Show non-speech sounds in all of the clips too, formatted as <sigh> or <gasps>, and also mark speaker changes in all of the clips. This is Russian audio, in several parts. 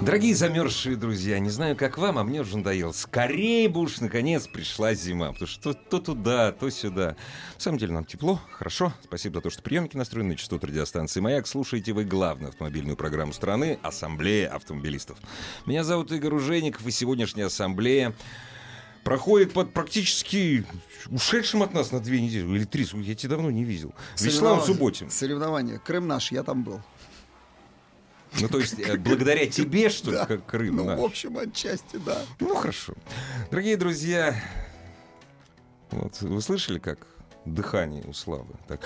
Speaker 1: Дорогие замерзшие друзья, не знаю, как вам, а мне уже надоело. Скорее бы уж, наконец, пришла зима. Потому что то туда, то сюда. На самом деле нам тепло, хорошо. Спасибо за то, что приемники настроены на частоту радиостанции «Маяк». Слушаете вы главную автомобильную программу страны «Ассамблея автомобилистов». Меня зовут Игорь Ужеников, и сегодняшняя ассамблея проходит под практически ушедшим от нас на две недели. Или три, я тебя давно не видел. Вячеславом Субботин.
Speaker 2: Соревнования. Крым наш, я там был.
Speaker 1: Ну, то есть, э, благодаря тебе, что ли,
Speaker 2: <laughs> Да.
Speaker 1: как Крым?
Speaker 2: Ну,
Speaker 1: да?
Speaker 2: в общем, отчасти, да. <laughs>
Speaker 1: Ну хорошо. Дорогие друзья, вот вы слышали, как дыхание у Славы? Так.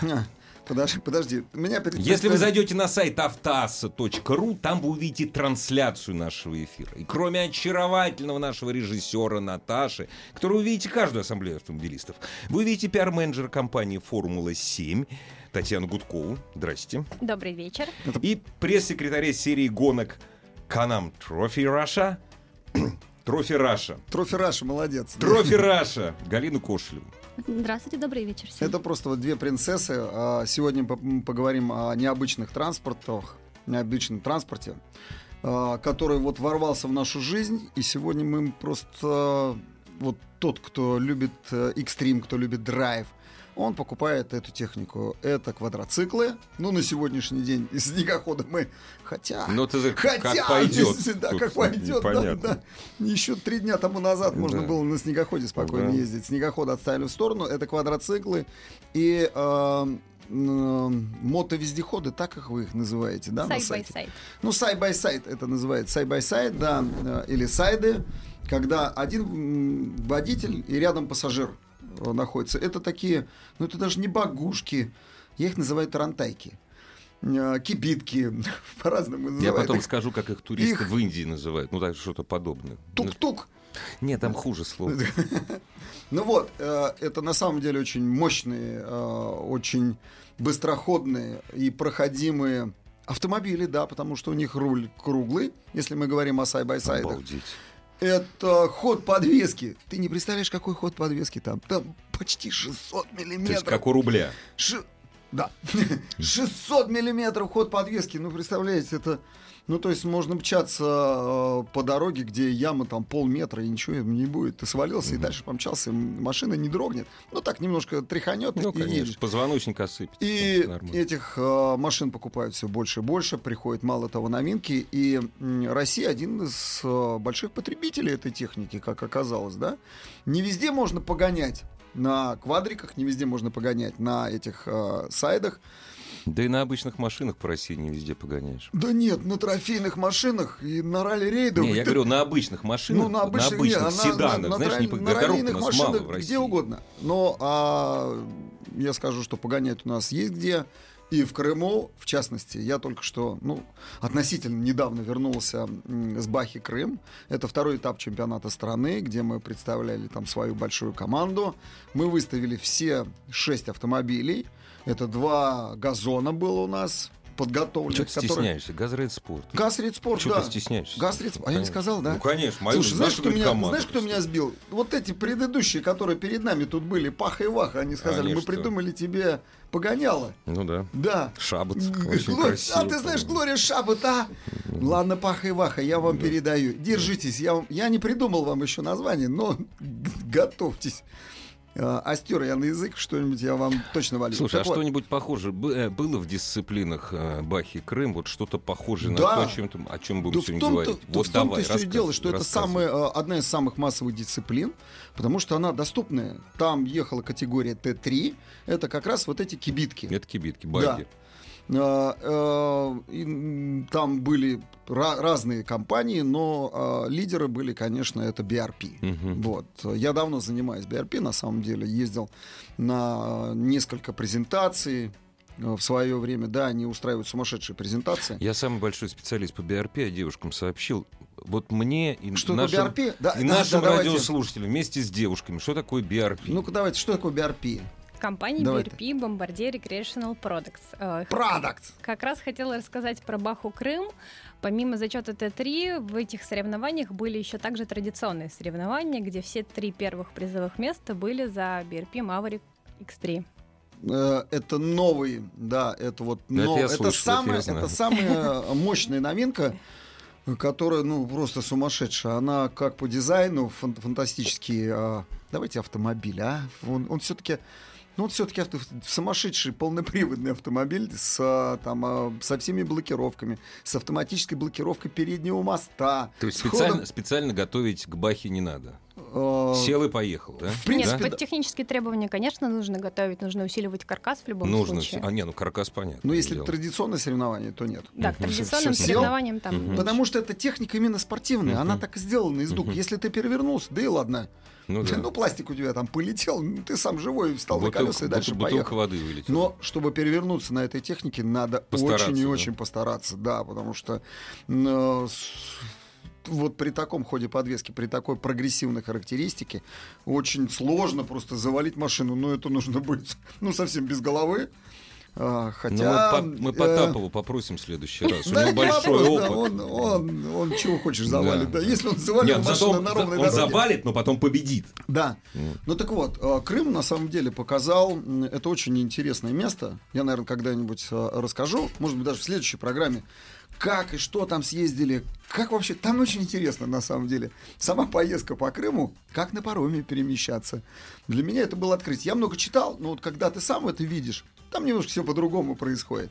Speaker 2: Ня, Подожди, подожди. Меня перед-
Speaker 1: Если вы
Speaker 2: представили-
Speaker 1: зайдете на сайт автоасса.ру, там вы увидите трансляцию нашего эфира. И кроме очаровательного нашего режиссера Наташи, которую вы видите каждую ассамблею автомобилистов, вы видите пиар-менеджера компании «Формула-7» Татьяну Гудкову. Здрасте.
Speaker 3: Добрый вечер.
Speaker 1: И пресс-секретаря серии гонок «Канам Трофи Раша». <clears throat> Трофи Раша.
Speaker 2: Трофи Раша, молодец.
Speaker 1: Трофи Раша. Галину Кошлеву.
Speaker 3: Здравствуйте, добрый вечер всем.
Speaker 2: Это просто вот две принцессы. А, Сегодня по- м, поговорим о необычных транспортах, необычном транспорте, а, который вот ворвался в нашу жизнь. И сегодня мы просто... Вот тот, кто любит э, экстрим, кто любит драйв, он покупает эту технику. Это квадроциклы. Ну, на сегодняшний день из снегохода мы... Хотя...
Speaker 1: Ну, ты за-
Speaker 2: Хотя,
Speaker 1: как пойдет.
Speaker 2: если- да,
Speaker 1: Тут
Speaker 2: как пойдет, да,
Speaker 1: непонятно.
Speaker 2: да. Еще три дня тому назад можно
Speaker 1: Да.
Speaker 2: было на снегоходе спокойно
Speaker 1: Да.
Speaker 2: ездить. Снегоход отставили в сторону, это квадроциклы и э, м, мотовездеходы, так их вы их называете, да, на
Speaker 3: Сайт бай
Speaker 2: сайте?
Speaker 3: сайт.
Speaker 2: Ну, сайт-бай-сайт это называется, сайт-бай-сайт, да, э, или сайды, когда один м, водитель и рядом пассажир э, находится. Это такие, ну, это даже не багушки, я их называю тарантайки. Э, Кибитки, <laughs> по-разному
Speaker 1: Я
Speaker 2: называют.
Speaker 1: потом
Speaker 2: их.
Speaker 1: скажу, как их туристы
Speaker 2: Ну, их-
Speaker 1: в Индии называют. Ну, так что-то подобное.
Speaker 2: Тук-тук.
Speaker 1: Ну, Нет, там хуже
Speaker 2: <laughs>
Speaker 1: слово.
Speaker 2: Ну вот, э, это на самом деле очень мощные, э, очень быстроходные и проходимые автомобили, да, потому что у них руль круглый, если мы говорим о сайбайсайдах.
Speaker 1: Обалдеть.
Speaker 2: Это ход подвески. Ты не представляешь, какой ход подвески там. Там почти 600
Speaker 1: То есть,
Speaker 2: миллиметров.
Speaker 1: как у
Speaker 2: <laughs>
Speaker 1: рубля.
Speaker 2: Ши- Да. <laughs> 600 миллиметров ход подвески. Ну, представляете, это... Ну, то есть можно мчаться э, по дороге, где яма там полметра, и ничего им не будет. Ты свалился и дальше помчался, м, машина не дрогнет. Ну, так немножко тряханет
Speaker 1: Ну,
Speaker 2: и едешь.
Speaker 1: конечно. Позвоночник осыпет.
Speaker 2: И
Speaker 1: Нормально.
Speaker 2: этих э, машин покупают все больше и больше, приходит мало того новинки, и м, Россия один из э, больших потребителей этой техники, как оказалось, да. Не везде можно погонять на квадриках, не везде можно погонять на этих э, сайдах.
Speaker 1: Да и на обычных машинах по России не везде погоняешь.
Speaker 2: Да нет, на трофейных машинах и на ралли-рейдах.
Speaker 1: Не, я
Speaker 2: Ты-
Speaker 1: говорю, на обычных машинах,
Speaker 2: ну, на обычных, не, а на-
Speaker 1: седанах,
Speaker 2: на- на
Speaker 1: знаешь, не
Speaker 2: тралли-
Speaker 1: по-
Speaker 2: на
Speaker 1: дорог у
Speaker 2: раллийных
Speaker 1: нас
Speaker 2: машинах
Speaker 1: мало в России.
Speaker 2: где угодно. Но а, я скажу, что погонять у нас есть где. И в Крыму, в частности, я только что, ну, относительно недавно вернулся м, с Бахи Крым. Это второй этап чемпионата страны, где мы представляли там свою большую команду. Мы выставили все шесть автомобилей. Это два газона было у нас
Speaker 1: Чего
Speaker 2: подготовленных.
Speaker 1: ты
Speaker 2: которые-
Speaker 1: стесняешься? Газрейд спорт.
Speaker 2: Газрейдспорт,
Speaker 1: Чего
Speaker 2: да.
Speaker 1: ты стесняешься?
Speaker 2: Газрейд- а я не
Speaker 1: Конечно.
Speaker 2: сказал, да?
Speaker 1: Ну, конечно. мою
Speaker 2: Слушай, знаешь, кто
Speaker 1: знаковую
Speaker 2: меня,
Speaker 1: команду
Speaker 2: знаешь, кто меня сбил? Вот эти предыдущие, которые перед нами тут были, Паха и Ваха, они сказали,
Speaker 1: Они
Speaker 2: мы
Speaker 1: что?
Speaker 2: придумали тебе погоняло.
Speaker 1: Ну да.
Speaker 2: Да.
Speaker 1: Шабот. очень
Speaker 2: Гло- А
Speaker 1: красиво,
Speaker 2: ты знаешь,
Speaker 1: по-моему.
Speaker 2: Глория Шаббат, а? Ладно, Паха и Ваха, я вам передаю. Держитесь, я, вам- я не придумал вам еще название, но <laughs> готовьтесь. А, Остер я на язык, что-нибудь я вам точно валю.
Speaker 1: Слушай, а
Speaker 2: Так вот.
Speaker 1: что-нибудь похожее бы- э, было в дисциплинах э, Бахи Крым? Вот что-то похожее
Speaker 2: Да.
Speaker 1: на то, чем там- о чем будем
Speaker 2: Да в
Speaker 1: сегодня
Speaker 2: том-то-
Speaker 1: говорить?
Speaker 2: да
Speaker 1: вот
Speaker 2: в том-то
Speaker 1: давай,
Speaker 2: и все и
Speaker 1: рассказывай,
Speaker 2: дело, что это
Speaker 1: рассказывай.
Speaker 2: самая, э, одна из самых массовых дисциплин, потому что она доступная. Там ехала категория Т3, это как раз вот эти кибитки.
Speaker 1: Это кибитки, баги.
Speaker 2: Э, э, и, м, Там были ра- разные компании, но э, лидеры были, конечно, это BRP.
Speaker 1: Мгм.
Speaker 2: Вот. Я давно занимаюсь BRP, на самом деле. Ездил на несколько презентаций, э, в свое время, да, они устраивают сумасшедшие презентации.
Speaker 1: Я самый большой специалист по БРП а девушкам сообщил. Вот мне и
Speaker 2: Что ну,
Speaker 1: нашим,
Speaker 2: такое BRP? Да,
Speaker 1: и
Speaker 2: да,
Speaker 1: нашим
Speaker 2: да, давайте. Ну,
Speaker 1: радиослушателям вместе с девушками, что такое BRP?
Speaker 2: Ну-ка давайте, что такое BRP?
Speaker 4: Компания
Speaker 2: Давай
Speaker 4: BRP Bombardier Recreational Products. Э,
Speaker 2: Продукт!
Speaker 4: Как раз хотела рассказать про Баху Крым. Помимо зачета Т3, в этих соревнованиях были еще также традиционные соревнования, где все три первых призовых места были за BRP Maverick X3.
Speaker 2: Э, Это новый, да, это вот
Speaker 1: Да, это
Speaker 2: но-
Speaker 1: я
Speaker 2: это,
Speaker 1: слышал, это
Speaker 2: самая,
Speaker 1: я знаю.
Speaker 2: это самая мощная новинка, которая, ну, просто сумасшедшая. Она как по дизайну фан- фантастический. а, Давайте автомобиль, а? Он, все-таки. Ну, он все-таки сумасшедший полноприводный автомобиль с, а, там, а, со всеми блокировками, с автоматической блокировкой переднего моста.
Speaker 1: То есть
Speaker 2: с ходом,
Speaker 1: специально, специально готовить к бахе не надо.
Speaker 2: э,
Speaker 1: Сел и поехал, да?
Speaker 2: в принципе,
Speaker 4: Нет,
Speaker 2: да.
Speaker 4: под технические требования, конечно, нужно готовить, нужно усиливать каркас в
Speaker 1: Да?
Speaker 4: любом
Speaker 1: Нужно.
Speaker 4: случае.
Speaker 1: А не, ну каркас понятно.
Speaker 2: Ну, если это традиционное соревнование, то нет.
Speaker 4: Да, к
Speaker 1: Мгм.
Speaker 4: традиционным
Speaker 2: Всё- всё
Speaker 4: соревнованиям там.
Speaker 1: Мгм.
Speaker 2: Потому что это техника именно спортивная, она
Speaker 1: Мгм.
Speaker 2: так и сделана из дуг.
Speaker 1: Мгм.
Speaker 2: Если ты перевернулся, да и ладно.
Speaker 1: Ну, да.
Speaker 2: <laughs> Ну, пластик у тебя там полетел, ну, ты сам живой встал
Speaker 1: Бутылка-
Speaker 2: на колеса и дальше
Speaker 1: бутылка
Speaker 2: поехал.
Speaker 1: воды вылетела.
Speaker 2: Но чтобы перевернуться на этой технике, надо
Speaker 1: Постараться,
Speaker 2: очень и
Speaker 1: да.
Speaker 2: очень постараться, да, потому что э, с- вот при таком ходе подвески, при такой прогрессивной характеристике, очень сложно просто завалить машину. Но это нужно быть, ну, совсем без головы. А,
Speaker 1: Ну,
Speaker 2: хотя,
Speaker 1: мы, по- мы
Speaker 2: э,
Speaker 1: Потапову попросим в следующий раз. У
Speaker 2: да,
Speaker 1: него
Speaker 2: не
Speaker 1: большой
Speaker 2: вопрос, да,
Speaker 1: опыт.
Speaker 2: он, он, он чего хочешь
Speaker 1: Да.
Speaker 2: завалит. Да. Если он завалил
Speaker 1: Нет, зато
Speaker 2: машину
Speaker 1: он,
Speaker 2: на
Speaker 1: за-
Speaker 2: ровной
Speaker 1: он
Speaker 2: дороге.
Speaker 1: завалит, но потом победит.
Speaker 2: Да.
Speaker 1: Мгм.
Speaker 2: Ну так вот, э, Крым на самом деле показал, м, это очень интересное место. Я, наверное, когда-нибудь э, расскажу, может быть, даже в следующей программе, как и что там съездили, как вообще, там очень интересно на самом деле. Сама поездка по Крыму, как на пароме перемещаться. Для меня это было открытие. Я много читал, но вот когда ты сам это видишь, там немножко все по-другому происходит.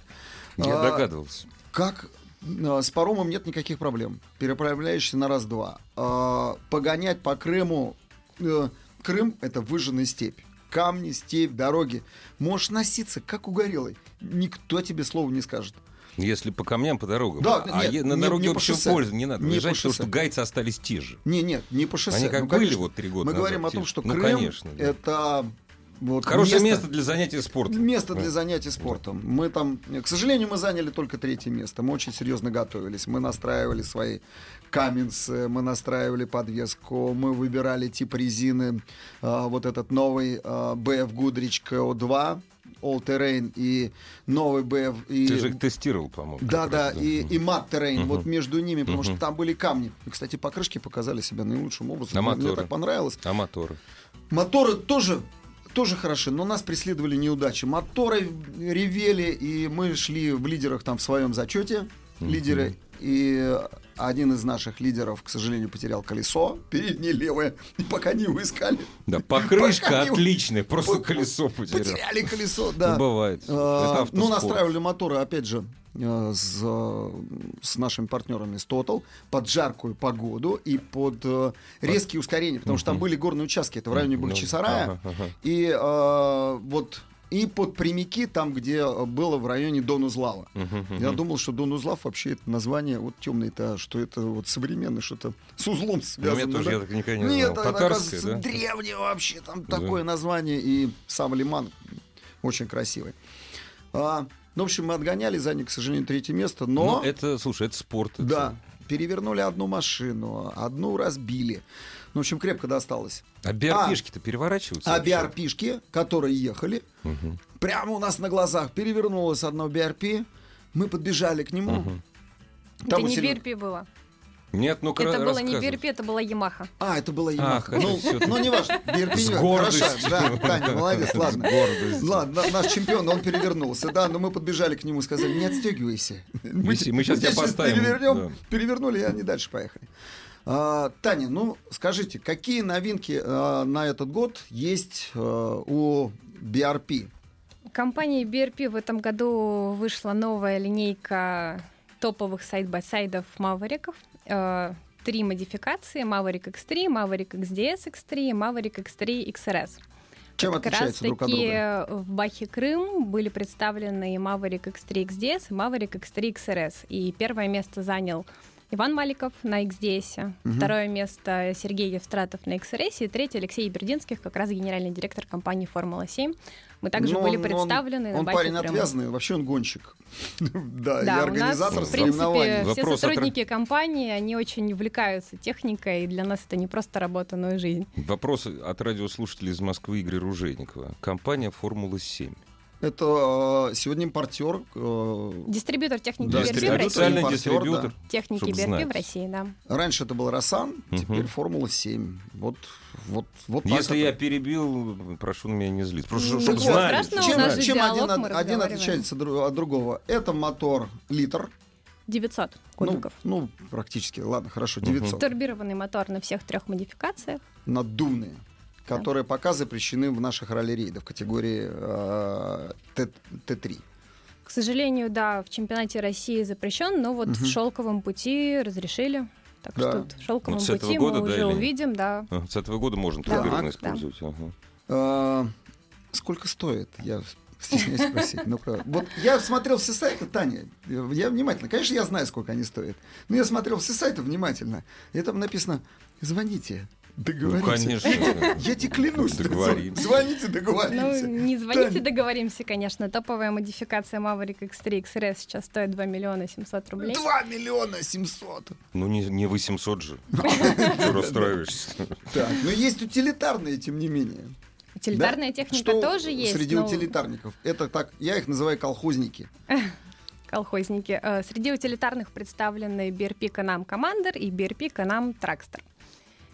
Speaker 1: Я
Speaker 2: А,
Speaker 1: догадывался.
Speaker 2: как э, с паромом нет никаких проблем. Переправляешься на раз-два. А, Погонять по Крыму. э, Крым — это выжженная степь. Камни, степь, дороги. Можешь носиться, как угорелый. Никто тебе слова не скажет.
Speaker 1: Если по камням, по дорогам.
Speaker 2: Да,
Speaker 1: а
Speaker 2: нет,
Speaker 1: е- на
Speaker 2: не-
Speaker 1: дороге
Speaker 2: не по
Speaker 1: общего
Speaker 2: шоссе.
Speaker 1: пользы не надо.
Speaker 2: Не по
Speaker 1: Выезжать, потому
Speaker 2: шоссе.
Speaker 1: что гайцы остались те же.
Speaker 2: Не, нет, не по шоссе.
Speaker 1: Они как
Speaker 2: Ну,
Speaker 1: были
Speaker 2: конечно.
Speaker 1: вот три
Speaker 2: Мы
Speaker 1: года назад,
Speaker 2: говорим о том,
Speaker 1: те-
Speaker 2: что
Speaker 1: ну,
Speaker 2: Крым
Speaker 1: конечно, да.
Speaker 2: это вот
Speaker 1: Хорошее место, для занятия спортом.
Speaker 2: Место
Speaker 1: Вот.
Speaker 2: для занятий спортом. Мы там, к сожалению, мы заняли только третье место. Мы очень серьезно готовились. Мы настраивали свои каменцы, мы настраивали подвеску, мы выбирали тип резины. А, вот этот новый а, BF Goodrich KO2 All Terrain и новый BF... И...
Speaker 1: Ты же их тестировал, по-моему. как
Speaker 2: Да, да,
Speaker 1: раз,
Speaker 2: и, и мат террейн
Speaker 1: Мгм.
Speaker 2: вот между ними, потому
Speaker 1: Мгм.
Speaker 2: что там были камни. И, кстати, покрышки показали себя наилучшим образом.
Speaker 1: А
Speaker 2: Мне- Мне
Speaker 1: моторы?
Speaker 2: так понравилось.
Speaker 1: А моторы?
Speaker 2: Моторы тоже тоже хороши, но нас преследовали неудачи. Моторы ревели, и мы шли в лидерах там в своем зачете. Лидеры. И один из наших лидеров, к сожалению, потерял колесо. Переднее левое. И пока не его искали. <laughs>
Speaker 1: Да, покрышка
Speaker 2: Пока не-
Speaker 1: отличная, просто
Speaker 2: Пу-
Speaker 1: колесо потерял.
Speaker 2: Потеряли колесо, да.
Speaker 1: Ну, бывает.
Speaker 2: Э,
Speaker 1: Это автоспорт.
Speaker 2: Ну, настраивали моторы, опять же, э, с, э, с нашими партнерами с Total под жаркую погоду и под э, резкие ускорения, потому что там были горные участки, это в районе
Speaker 1: Ну,
Speaker 2: Бахчисарая,
Speaker 1: ага, ага.
Speaker 2: и э, вот и под прямики, там, где э, было в районе Дон Узлава.
Speaker 1: Мгм, мгм.
Speaker 2: Я думал, что Дон Узлав вообще это название вот темное-то, что это вот современное, что-то с узлом
Speaker 1: Ну,
Speaker 2: связано.
Speaker 1: я тоже,
Speaker 2: да?
Speaker 1: я так никогда не
Speaker 2: Нет,
Speaker 1: знал.
Speaker 2: это,
Speaker 1: Татарская,
Speaker 2: оказывается,
Speaker 1: да?
Speaker 2: древнее вообще. Там
Speaker 1: Да.
Speaker 2: такое название. И сам лиман очень красивый. А, ну, в общем, мы отгоняли, заняли, к сожалению, третье место, но...
Speaker 1: Ну, это, слушай, это спорт. это-
Speaker 2: Да, перевернули одну машину, одну разбили. Ну, в общем, крепко досталось.
Speaker 1: А биарпишки-то переворачиваются?
Speaker 2: А
Speaker 1: вообще?
Speaker 2: BRP-шки, которые ехали,
Speaker 1: Мгм.
Speaker 2: прямо у нас на глазах перевернулось одно BRP. Мы подбежали к нему.
Speaker 1: Мгм.
Speaker 2: Там
Speaker 4: это не
Speaker 2: усилен-
Speaker 4: BRP было.
Speaker 1: Нет, ну-ка
Speaker 4: Это
Speaker 1: ра-
Speaker 4: было не
Speaker 1: рассказывай.
Speaker 4: BRP, это была Yamaha.
Speaker 2: А, это была
Speaker 1: Ах,
Speaker 2: Ямаха.
Speaker 1: это <laughs>
Speaker 2: ну,
Speaker 1: всё-таки.
Speaker 2: ну, неважно. BRP
Speaker 1: С
Speaker 2: не-
Speaker 1: гордостью.
Speaker 2: Хорошо, да, Таня, молодец,
Speaker 1: <laughs>
Speaker 2: ладно.
Speaker 1: С гордостью.
Speaker 2: Ладно, на- наш чемпион, он перевернулся, да, но мы подбежали к нему и сказали, не отстегивайся.
Speaker 1: Мы щ- мы щас тебя поставим,
Speaker 2: перевернем».
Speaker 1: да.
Speaker 2: Перевернули, и они дальше поехали. А, Таня, ну скажите, какие новинки а, на этот год есть а, у BRP?
Speaker 4: У компании BRP в этом году вышла новая линейка топовых сайт-бай-сайдов Мавариков. Э, Три модификации. Maverick X3, Maverick XDS X3 и Maverick X3 XRS.
Speaker 2: Чем
Speaker 4: Как раз
Speaker 2: отличаются друг от
Speaker 4: таки
Speaker 2: друга?
Speaker 4: э, в Бахе Крым были представлены и Maverick X3 XDS, и Maverick X3 XRS. И первое место занял Иван Маликов на XDS,
Speaker 2: Мгм.
Speaker 4: второе место Сергей Евстратов на XRS и третье Алексей Бердинских, как раз генеральный директор компании «Формула-7». Мы также
Speaker 2: Но
Speaker 4: были
Speaker 2: Ну, он-
Speaker 4: представлены
Speaker 2: Он,
Speaker 4: на базе
Speaker 2: парень
Speaker 4: прямо.
Speaker 2: отвязанный, вообще он гонщик. <laughs> Да, и
Speaker 4: Да, у нас,
Speaker 2: организатор
Speaker 4: в принципе,
Speaker 2: соревнований.
Speaker 4: все
Speaker 1: Вопрос о тр-
Speaker 4: сотрудники компании, они очень увлекаются техникой, и для нас это не просто работа, но и жизнь.
Speaker 1: Вопрос от радиослушателя из Москвы Игоря Ружейникова. Компания «Формула-7».
Speaker 2: Это э, сегодня импортер. э,
Speaker 4: Дистрибьютор техники
Speaker 2: Да,
Speaker 4: BRP в
Speaker 2: дистрибьютор,
Speaker 4: России.
Speaker 1: Официальный
Speaker 2: Импортер,
Speaker 1: дистрибьютор.
Speaker 4: Техники
Speaker 1: чтоб
Speaker 4: BRP
Speaker 1: знать.
Speaker 4: в России, да.
Speaker 2: Раньше это был Росан,
Speaker 1: Мгм.
Speaker 2: теперь Формула-7. Вот, вот, вот так
Speaker 1: Если
Speaker 2: это.
Speaker 1: я перебил, прошу на меня не злиться. Просто,
Speaker 4: Ну,
Speaker 1: чтоб
Speaker 4: ничего
Speaker 1: знали.
Speaker 4: страшного,
Speaker 2: Чем,
Speaker 4: у нас же
Speaker 2: чем
Speaker 4: диалог,
Speaker 2: один,
Speaker 4: мы
Speaker 2: от- один
Speaker 4: разговариваем.
Speaker 2: отличается дру- от другого? Это мотор литр.
Speaker 4: 900
Speaker 2: Ну,
Speaker 4: кубиков.
Speaker 2: ну, практически. Ладно, хорошо,
Speaker 1: Мгм.
Speaker 2: 900.
Speaker 4: Турбированный мотор на всех трех модификациях.
Speaker 2: наддувные, которые пока запрещены в наших ралли-рейдах в категории э, Т- Т3.
Speaker 4: К сожалению, да, в чемпионате России запрещен, но вот
Speaker 2: Мгм.
Speaker 4: в шелковом пути разрешили. Так
Speaker 2: Да.
Speaker 4: что в шелковом
Speaker 1: Вот с этого
Speaker 4: пути
Speaker 1: года,
Speaker 4: мы
Speaker 1: да,
Speaker 4: уже
Speaker 1: или нет?
Speaker 4: увидим, да.
Speaker 1: А, С этого года можно
Speaker 2: Так,
Speaker 1: турбированно
Speaker 2: да.
Speaker 1: использовать. ага.
Speaker 2: Э, Сколько стоит? Я стесняюсь спросить. Ну-ка. Вот я смотрел все сайты, Таня, я внимательно. Конечно, я знаю, сколько они стоят. Но я смотрел все сайты внимательно. И там написано «Звоните,
Speaker 1: Ну,
Speaker 2: договоримся».
Speaker 1: конечно.
Speaker 2: Я тебе клянусь,
Speaker 1: Договоримся.
Speaker 2: звоните,
Speaker 4: Ну,
Speaker 2: договоримся.
Speaker 4: не звоните,
Speaker 2: Тань.
Speaker 4: договоримся, конечно. Топовая модификация Maverick X3 XRS сейчас стоит 2 миллиона 700 рублей.
Speaker 2: 2 миллиона 700.
Speaker 1: Ну, не, не 800 же. Ты расстраиваешься.
Speaker 2: Так, но есть утилитарные, тем не менее.
Speaker 4: Утилитарная
Speaker 2: Да?
Speaker 4: техника
Speaker 2: Что
Speaker 4: тоже есть.
Speaker 2: Среди
Speaker 4: но
Speaker 2: утилитарников. Это так, я их называю колхозники.
Speaker 4: Колхозники. Э, Среди утилитарных представлены BRP Канам Commander и BRP Канам Тракстер.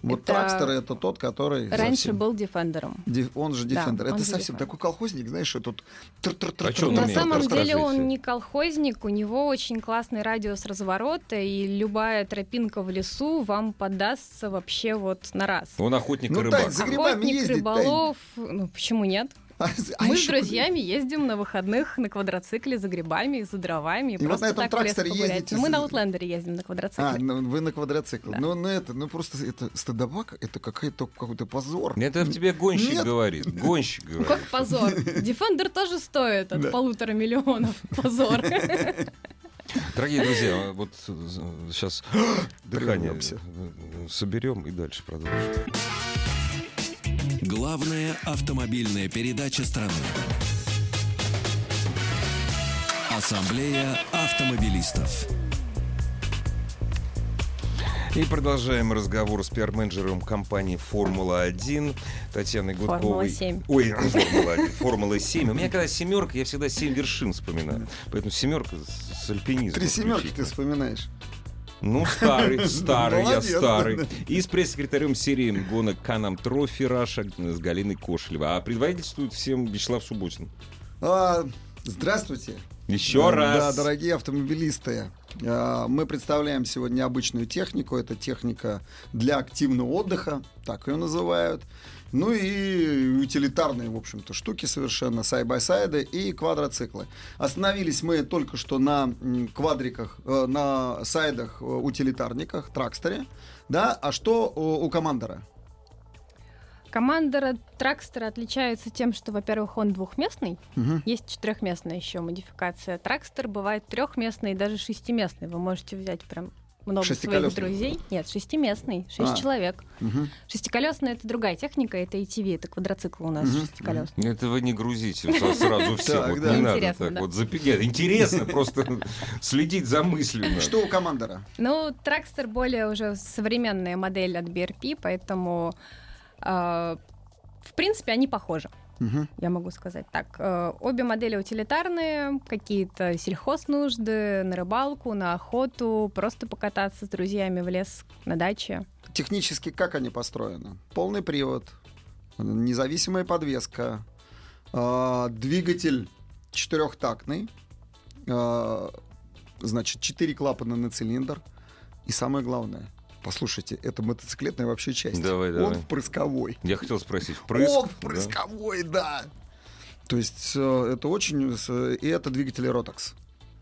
Speaker 2: Вот
Speaker 4: Это-
Speaker 2: тракстор это тот, который.
Speaker 4: Раньше
Speaker 2: совсем-
Speaker 4: был Дефендером.
Speaker 2: Ди- Он же
Speaker 4: Да,
Speaker 2: Defender.
Speaker 4: он
Speaker 2: это
Speaker 4: же
Speaker 2: совсем
Speaker 4: Defender.
Speaker 2: такой колхозник, знаешь, что тут...
Speaker 1: А чё он
Speaker 4: На
Speaker 1: умеет?
Speaker 4: самом
Speaker 1: Рассказывай
Speaker 4: деле
Speaker 1: всё.
Speaker 4: он не колхозник, у него очень классный радиус разворота, и любая тропинка в лесу вам подастся вообще вот на раз.
Speaker 1: Он охотник и
Speaker 2: Ну, Тань,
Speaker 1: рыбак.
Speaker 2: за грибами
Speaker 4: Охотник,
Speaker 2: ездит, Тань.
Speaker 4: рыболов, ну почему нет?
Speaker 2: А- а
Speaker 4: Мы с
Speaker 2: ещё-
Speaker 4: друзьями ездим на выходных на квадроцикле за грибами, за дровами, и,
Speaker 2: вот
Speaker 4: просто
Speaker 2: на этом
Speaker 4: так в лес
Speaker 2: тракторе
Speaker 4: погулять.
Speaker 2: ездите
Speaker 4: Мы
Speaker 2: за-
Speaker 4: на Аутлендере ездим на
Speaker 2: А,
Speaker 4: квадроцикле.
Speaker 2: ну, вы на квадроцикл.
Speaker 4: Да.
Speaker 2: Ну, ну это, ну просто это стыдобак, это какая-то какой-то позор.
Speaker 1: Это в тебе гонщик
Speaker 2: Нет.
Speaker 1: говорит. Гонщик
Speaker 4: Ну,
Speaker 1: говорит.
Speaker 4: Как
Speaker 2: <laughs>
Speaker 4: позор. Дефендер тоже стоит
Speaker 2: Да.
Speaker 4: от полутора миллионов.
Speaker 2: <laughs>
Speaker 4: Позор.
Speaker 1: Дорогие друзья, вот э,
Speaker 2: <gasps>
Speaker 1: сейчас дыхание
Speaker 2: Прервемся.
Speaker 1: соберем и дальше продолжим.
Speaker 5: Главная автомобильная передача страны. Ассамблея автомобилистов.
Speaker 1: И продолжаем разговор с пиар-менеджером компании «Формула-1» Татьяной Гудковой.
Speaker 4: «Формула-7».
Speaker 1: Ой, «Формула-1», «Формула-7». У меня когда семерка, я всегда семь вершин вспоминаю. Поэтому семерка с с альпинизмом.
Speaker 2: Три семерки ты
Speaker 1: включительно.
Speaker 2: вспоминаешь.
Speaker 1: Ну, старый, старый, я
Speaker 2: Молодец.
Speaker 1: старый. И с пресс-секретарем серии гонок «Канам Трофи Раша» с Галиной Кошелевой. А предводительствует всем Вячеслав Субботин.
Speaker 2: А, здравствуйте.
Speaker 1: Еще
Speaker 2: Э, Да,
Speaker 1: раз.
Speaker 2: Да, дорогие автомобилисты, а, мы представляем сегодня обычную технику. Это техника для активного отдыха, так ее называют. Ну и утилитарные, в общем-то, штуки совершенно, сайд-бай-сайды и квадроциклы. Остановились мы только что на м, квадриках, э, на сайдах, э, утилитарниках, тракстере. Да, а что у, у командора?
Speaker 4: Командера Тракстера отличается тем, что, во-первых, он двухместный.
Speaker 2: Мгм.
Speaker 4: Есть четырехместная еще модификация. Тракстер бывает трехместный и даже шестиместный. Вы можете взять прям много своих
Speaker 2: Шестиколесный?
Speaker 4: друзей. Нет, шестиместный, шесть
Speaker 2: А.
Speaker 4: человек.
Speaker 2: Мгм.
Speaker 4: Шестиколесная это другая техника, это ATV, это квадроцикл у нас
Speaker 2: Мгм.
Speaker 4: шестиколесный.
Speaker 1: Это вы не грузите со-
Speaker 2: <laughs>
Speaker 1: сразу все.
Speaker 2: Так,
Speaker 1: Вот
Speaker 2: да.
Speaker 1: не надо
Speaker 4: Интересно,
Speaker 1: так
Speaker 4: да.
Speaker 1: вот запи- Нет, Интересно просто следить за
Speaker 2: <laughs>
Speaker 1: мыслью. надо.
Speaker 2: Что у командора?
Speaker 4: Ну, Тракстер более уже современная модель от BRP, поэтому, э, в принципе, они похожи,
Speaker 2: Мгм.
Speaker 4: я могу сказать так. Э, обе модели утилитарные, какие-то сельхознужды, на рыбалку, на охоту, просто покататься с друзьями в лес, на даче.
Speaker 2: Технически как они построены? Полный привод, независимая подвеска, а, двигатель четырехтактный, а, значит, четыре клапана на цилиндр. И самое главное, послушайте, это мотоциклетная вообще часть.
Speaker 1: Давай,
Speaker 2: Он
Speaker 1: давай.
Speaker 2: впрысковой.
Speaker 1: Я хотел спросить, впрыск?
Speaker 2: Он
Speaker 1: да?
Speaker 2: э, впрысковой, да. То есть э, это очень... с- И это двигатели Rotax.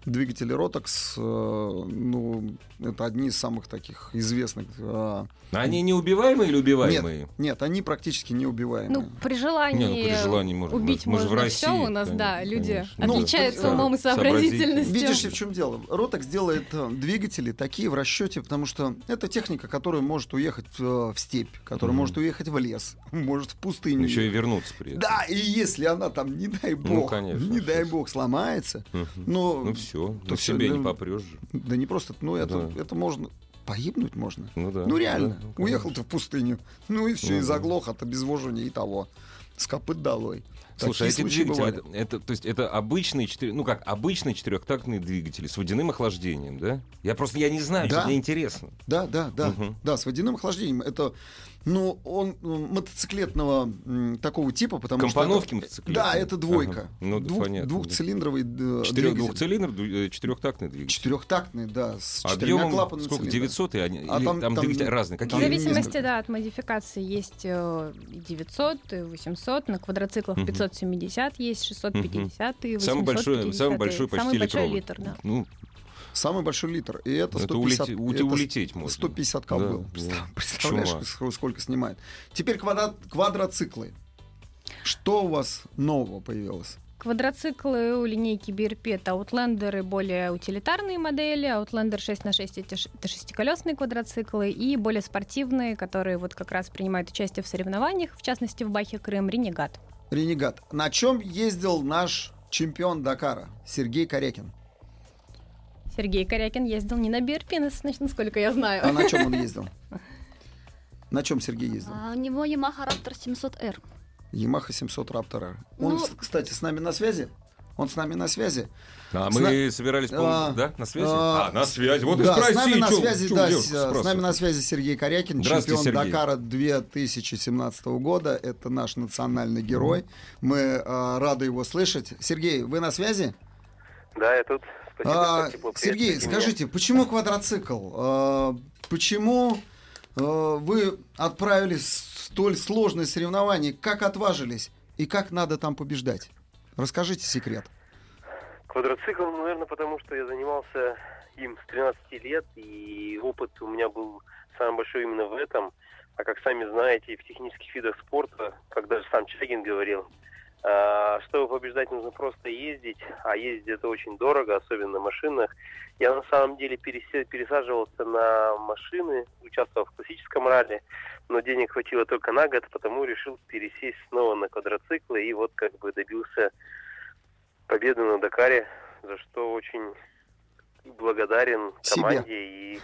Speaker 2: Двигатели Rotax, э, ну, это одни из самых таких известных. э,
Speaker 1: А Они неубиваемые или убиваемые?
Speaker 2: Нет, они практически неубиваемые.
Speaker 4: Ну, при
Speaker 1: Не,
Speaker 4: желании,
Speaker 1: ну, при желании можно.
Speaker 4: убить
Speaker 1: Мы- мы же
Speaker 4: можно,
Speaker 1: в
Speaker 4: все
Speaker 1: России,
Speaker 4: у нас, да,
Speaker 1: конечно,
Speaker 4: люди
Speaker 1: конечно.
Speaker 2: Ну,
Speaker 4: отличаются
Speaker 2: да,
Speaker 4: умом и сообразительностью.
Speaker 2: Видишь ли, в чем дело? Ротекс делает э, двигатели такие в расчете, потому что это техника, которая может уехать э, в степь, которая
Speaker 1: Мгм.
Speaker 2: может уехать в лес, <laughs> может в пустыню.
Speaker 1: Еще Ну, и вернуться при этом.
Speaker 2: Да, и если она там, не дай бог,
Speaker 1: конечно,
Speaker 2: не дай
Speaker 1: сейчас.
Speaker 2: бог, сломается,
Speaker 1: Мгм.
Speaker 2: но
Speaker 1: Ну все,
Speaker 2: то
Speaker 1: ну
Speaker 2: всё,
Speaker 1: себе
Speaker 2: да.
Speaker 1: не попрешь же.
Speaker 2: да не просто, ну это,
Speaker 1: Да.
Speaker 2: это можно, погибнуть можно.
Speaker 1: Ну да.
Speaker 2: ну реально,
Speaker 1: да, ну,
Speaker 2: уехал ты в пустыню, ну и все,
Speaker 1: Ну
Speaker 2: и
Speaker 1: да.
Speaker 2: заглох от обезвоживания и того, с копыт долой.
Speaker 1: Слушай, а эти
Speaker 2: Такие случаи
Speaker 1: двигатели,
Speaker 2: бывали.
Speaker 1: это, это- то есть это обычные четыре, ну как, обычные четырехтактные двигатели с водяным охлаждением, да? Я просто, я не знаю,
Speaker 2: Да.
Speaker 1: что мне интересно.
Speaker 2: Да, да, да,
Speaker 1: Мгм.
Speaker 2: да, с водяным охлаждением. Это, ну, он м, мотоциклетного м, такого типа, потому
Speaker 1: Компоновки
Speaker 2: что... это-
Speaker 1: мотоциклетные.
Speaker 2: Да, это двойка.
Speaker 1: Ага. Ну, да,
Speaker 2: Двух-
Speaker 1: понятно, да.
Speaker 2: Двухцилиндровый э,
Speaker 1: Четырех,
Speaker 2: двигатель.
Speaker 1: двухцилиндр, ду- э, четырехтактный двигатель.
Speaker 2: Четырехтактный, да, с четырьмя
Speaker 1: А Объемом
Speaker 2: клапанами.
Speaker 1: сколько?
Speaker 2: цилиндров.
Speaker 1: 900 и они,
Speaker 2: А
Speaker 1: или там,
Speaker 2: там- там-
Speaker 1: двигатели разные.
Speaker 2: там
Speaker 4: В
Speaker 1: Какие?
Speaker 4: зависимости,
Speaker 2: несколько.
Speaker 4: да, от модификации есть э, и 900, и 800, на квадроциклах
Speaker 1: Мгм.
Speaker 4: 570 есть, 650 и 850.
Speaker 1: Самый большой, самый большой почти
Speaker 4: Самый большой
Speaker 1: литровый.
Speaker 4: литр, да.
Speaker 1: Ну,
Speaker 2: Самый большой литр. И это
Speaker 1: это
Speaker 2: 150...
Speaker 1: улете- улете-
Speaker 2: это
Speaker 1: улететь можно.
Speaker 2: 150 кобыл.
Speaker 1: Да,
Speaker 2: Представ-
Speaker 1: да.
Speaker 2: Представляешь,
Speaker 1: Чума.
Speaker 2: ск- сколько снимает. Теперь квадра- квадроциклы. Что у вас нового появилось?
Speaker 4: Квадроциклы у линейки BRP это Outlander и более утилитарные модели. Outlander 6 на 6 это ш- это шестиколесные квадроциклы и более спортивные, которые вот как раз принимают участие в соревнованиях, в частности в Бахе Крым Ренегат.
Speaker 2: Ренегат. На чем ездил наш чемпион Дакара Сергей Корякин?
Speaker 4: Сергей Корякин ездил не на BRP, нас- значит, насколько я знаю.
Speaker 2: А на чем он ездил? На чем Сергей ездил?
Speaker 3: А у него Yamaha Raptor 700R.
Speaker 2: Yamaha 700 Raptor R. Он,
Speaker 3: Ну-
Speaker 2: с- кстати, с нами на связи. Он с нами на связи.
Speaker 1: а
Speaker 2: Зна-
Speaker 1: мы собирались, по-
Speaker 2: А,
Speaker 1: да, на связи?
Speaker 2: а,
Speaker 1: А, на связи, вот
Speaker 2: да,
Speaker 1: и спроси,
Speaker 2: с нами на
Speaker 1: чё-
Speaker 2: связи,
Speaker 1: чё
Speaker 2: да,
Speaker 1: девушка
Speaker 2: с, с нами
Speaker 1: спрашивает?
Speaker 2: на связи Сергей Корякин,
Speaker 1: Здравствуйте,
Speaker 2: чемпион
Speaker 1: Сергей.
Speaker 2: Дакара 2017 года. Это наш национальный герой. Мы а, рады его слышать. Сергей, вы на связи?
Speaker 6: Да, я тут. Спасибо,
Speaker 2: А,
Speaker 6: что тепло
Speaker 2: Сергей,
Speaker 6: приветствуете меня.
Speaker 2: скажите, почему квадроцикл? А, почему а, вы отправились в столь сложное соревнование? Как отважились? И как надо там побеждать? Расскажите секрет.
Speaker 6: Квадроцикл, ну, наверное, потому что я занимался им с 13 лет, и опыт у меня был самый большой именно в этом. А как сами знаете, в технических видах спорта, как даже сам Чагин говорил, а, чтобы побеждать, нужно просто ездить, а ездить это очень дорого, особенно на машинах. Я на самом деле пересе- пересаживался на машины, участвовал в классическом ралли, но денег хватило только на год, потому решил пересесть снова на квадроциклы и вот как бы добился победы на Дакаре, за что очень благодарен
Speaker 2: Себе.
Speaker 6: команде и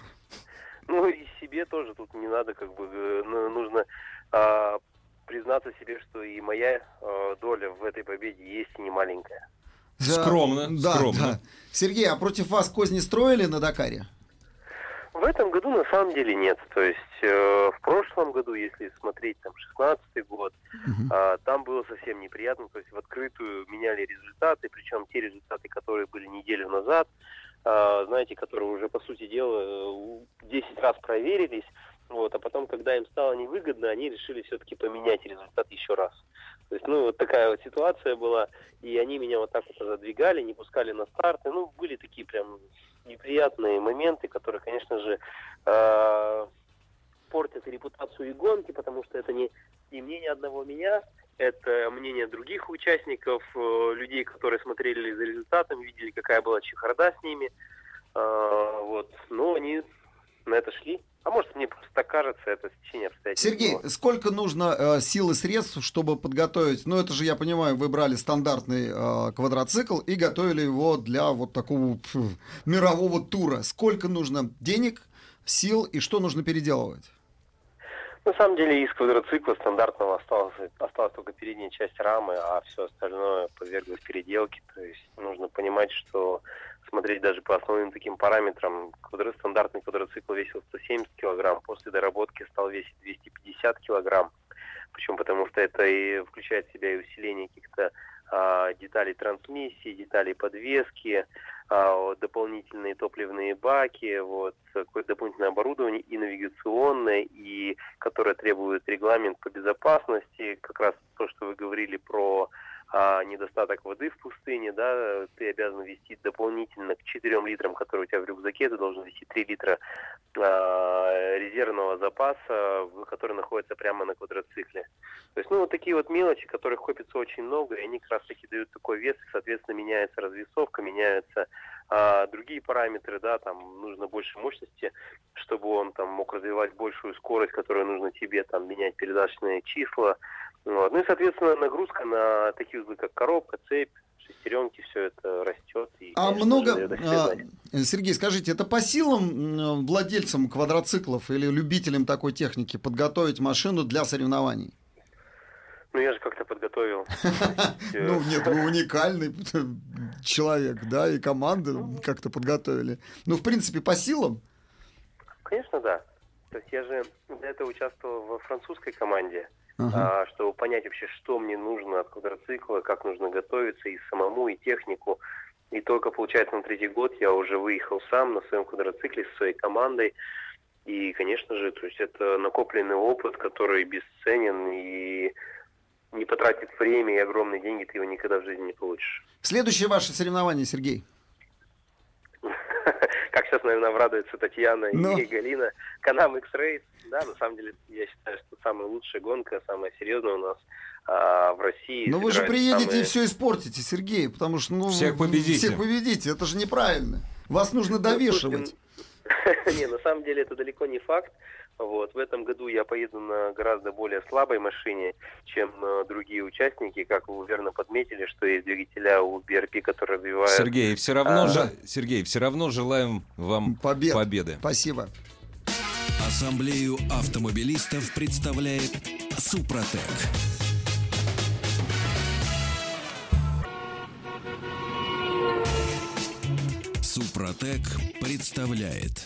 Speaker 6: ну и себе тоже тут не надо как бы э, ну, нужно а, признаться себе, что и моя э, доля в этой победе есть и не маленькая.
Speaker 2: Да,
Speaker 1: Скромно,
Speaker 2: да,
Speaker 1: скромно.
Speaker 2: да. Сергей, а против вас козни строили на Дакаре?
Speaker 6: В этом году на самом деле нет. То есть э, в прошлом году, если смотреть там 16 год, а, там было совсем неприятно. То есть в открытую меняли результаты, причем те результаты, которые были неделю назад, а, знаете, которые уже по сути дела э, у- 10 раз проверились. Вот, а потом, когда им стало невыгодно, они решили все-таки поменять результат еще раз. То есть, ну, вот такая вот ситуация была, и они меня вот так вот задвигали, не пускали на старты. Ну, были такие прям неприятные моменты, которые, конечно же, э, портят и репутацию и гонки, потому что это не и мнение одного меня, это мнение других участников, э, людей, которые смотрели за результатом, видели, какая была чехарда с ними. Э, вот. Но они на это шли. А может, мне просто так кажется, это течение обстоятельств.
Speaker 2: Сергей,
Speaker 6: было.
Speaker 2: сколько нужно э, сил и средств, чтобы подготовить? Ну, это же, я понимаю, вы брали стандартный э, квадроцикл и готовили его для вот такого пф, мирового тура. Сколько нужно денег, сил и что нужно переделывать?
Speaker 6: На самом деле из квадроцикла стандартного осталось, осталась только передняя часть рамы, а все остальное подверглось переделке. То есть нужно понимать, что смотреть даже по основным таким параметрам, квадро- стандартный квадроцикл весил 170 килограмм, после доработки стал весить 250 килограмм. Причем потому что это и включает в себя и усиление каких-то а, деталей трансмиссии, деталей подвески, а, вот, дополнительные топливные баки, вот, какое-то дополнительное оборудование и навигационное, и которое требует регламент по безопасности, как раз то, что вы говорили про а, недостаток воды в пустыне, да, ты обязан вести дополнительно к 4 литрам, которые у тебя в рюкзаке, ты должен вести 3 литра а, резервного запаса, в- который находится прямо на квадроцикле. То есть, ну, вот такие вот мелочи, которых копится очень много, и они как раз-таки дают такой вес, и, соответственно, меняется развесовка, меняются а, другие параметры, да, там нужно больше мощности, чтобы он там мог развивать большую скорость, которую нужно тебе, там, менять передаточные числа. Вот. Ну и, соответственно, нагрузка на такие узлы, как коробка, цепь, шестеренки, все это растет. и,
Speaker 2: А
Speaker 6: конечно
Speaker 2: много,
Speaker 6: же, это все
Speaker 2: а,
Speaker 6: знать.
Speaker 2: Сергей, скажите, это по силам м, владельцам квадроциклов или любителям такой техники подготовить машину для соревнований?
Speaker 6: Ну я же
Speaker 2: <laughs>
Speaker 6: как-то подготовил. Э.
Speaker 2: Ну, нет, вы уникальный э, человек, да, и команда как-то подготовили. Ну, в принципе, по силам.
Speaker 6: Конечно, да. То есть я же до этого участвовал во французской команде,
Speaker 2: Ага.
Speaker 6: а, чтобы понять вообще, что мне нужно от квадроцикла, как нужно готовиться и самому, и технику. И только, получается, на третий год я уже выехал сам на своем квадроцикле со своей командой. И, конечно же, то есть это накопленный опыт, который бесценен и не потратит время и огромные деньги, ты его никогда в жизни не получишь.
Speaker 2: Следующее ваше соревнование, Сергей.
Speaker 6: <laughs> Как сейчас, наверное, обрадуются Татьяна
Speaker 2: Ну.
Speaker 6: и Галина. Канам X-Race, да, на самом деле, я считаю, что самая лучшая гонка, самая серьезная у нас а, в России.
Speaker 2: Но Ну, вы же
Speaker 6: Собираются
Speaker 2: приедете и
Speaker 6: самые-
Speaker 2: все испортите, Сергей, потому что, ну...
Speaker 1: Всех победите.
Speaker 2: Всех победите, это же неправильно. Вас нужно
Speaker 6: Ну, слушайте,
Speaker 2: довешивать.
Speaker 6: <laughs> Не, на самом деле это далеко не факт. Вот. В этом году я поеду на гораздо более слабой машине, чем э, другие участники. Как вы верно подметили, что есть двигателя у BRP, которые развивают...
Speaker 1: Сергей, все равно,
Speaker 6: А,
Speaker 1: же, Сергей, все равно желаем
Speaker 6: ну,
Speaker 1: вам
Speaker 2: Побед.
Speaker 1: победы.
Speaker 2: Спасибо.
Speaker 5: Ассамблею автомобилистов представляет Супротек. Супротек представляет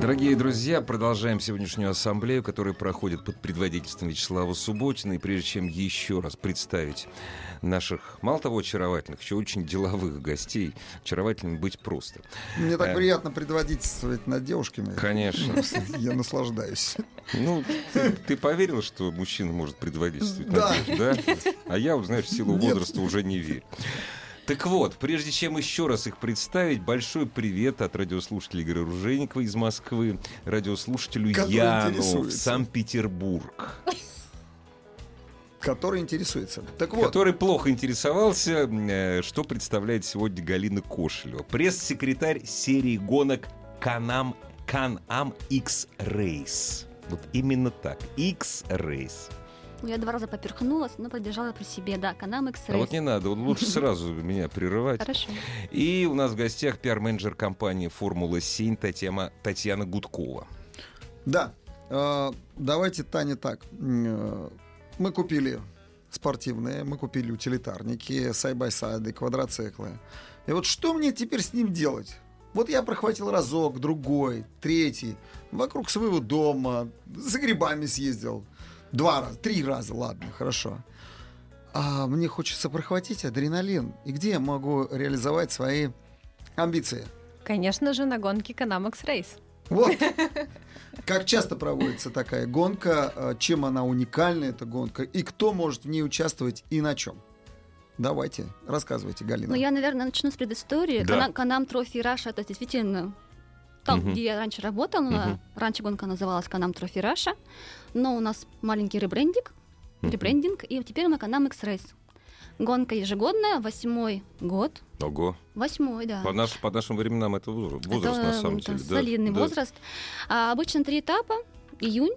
Speaker 1: Дорогие друзья, продолжаем сегодняшнюю ассамблею, которая проходит под предводительством Вячеслава Субботина. И прежде чем еще раз представить наших, мало того, очаровательных, еще очень деловых гостей, очаровательными быть просто.
Speaker 2: Мне
Speaker 1: Э.
Speaker 2: так приятно предводительствовать над девушками.
Speaker 1: Конечно.
Speaker 2: Я наслаждаюсь.
Speaker 1: Ну, ты, ты поверил, что мужчина может предводительствовать?
Speaker 2: Да.
Speaker 1: Надежда, да? А я, вот, знаешь, в силу
Speaker 2: Нет.
Speaker 1: возраста уже не верю. Так вот, прежде чем еще раз их представить, большой привет от радиослушателя Игоря Ружейникова из Москвы, радиослушателю
Speaker 2: Который
Speaker 1: Яну в
Speaker 2: интересуется.
Speaker 1: Санкт-Петербург,
Speaker 2: Который интересуется. Так вот.
Speaker 1: который плохо интересовался, э, что представляет сегодня Галина Кошелева, пресс-секретарь серии гонок Канам Канам X Race. Вот именно так. X Race.
Speaker 3: Ну, Я два раза поперхнулась, но поддержала при себе. Да, Канам
Speaker 1: А вот
Speaker 3: X-Race.
Speaker 1: не надо, вот
Speaker 3: <laughs>
Speaker 1: лучше сразу меня прерывать.
Speaker 3: Хорошо.
Speaker 1: И у нас в гостях пиар-менеджер компании «Формула-7» Татьяна, Татьяна Гудкова.
Speaker 2: Да. Э, Давайте, Таня, так. М, э, Мы купили спортивные, мы купили утилитарники, сайбайсайды, квадроциклы. И вот что мне теперь с ним делать? Вот я прохватил разок, другой, третий, вокруг своего дома, за грибами съездил. Два раза, три раза, ладно, хорошо. А мне хочется прохватить адреналин. И где я могу реализовать свои амбиции?
Speaker 4: Конечно же, на гонке Канамакс Рейс.
Speaker 2: Вот. Как часто проводится такая гонка, э, чем она уникальна, эта гонка, и кто может в ней участвовать и на чем? Давайте, рассказывайте, Галина.
Speaker 3: Ну, я, наверное, начну с предыстории.
Speaker 1: Да.
Speaker 3: Канам, Канам Трофи Раша, это действительно там,
Speaker 1: Мгм.
Speaker 3: где я раньше работала.
Speaker 1: Мгм.
Speaker 3: Раньше гонка называлась Канам Трофи Раша. Но у нас маленький ребрендинг,
Speaker 1: Мгм.
Speaker 3: ребрендинг и теперь мы Канам X-Race. Гонка ежегодная, восьмой год.
Speaker 1: Ого.
Speaker 3: Восьмой, да.
Speaker 1: По, наш- по нашим временам это возраст, возраст
Speaker 3: А. Это,
Speaker 1: на самом
Speaker 3: там,
Speaker 1: деле. да.
Speaker 3: Солидный
Speaker 1: Да.
Speaker 3: возраст. А, обычно три этапа. Июнь,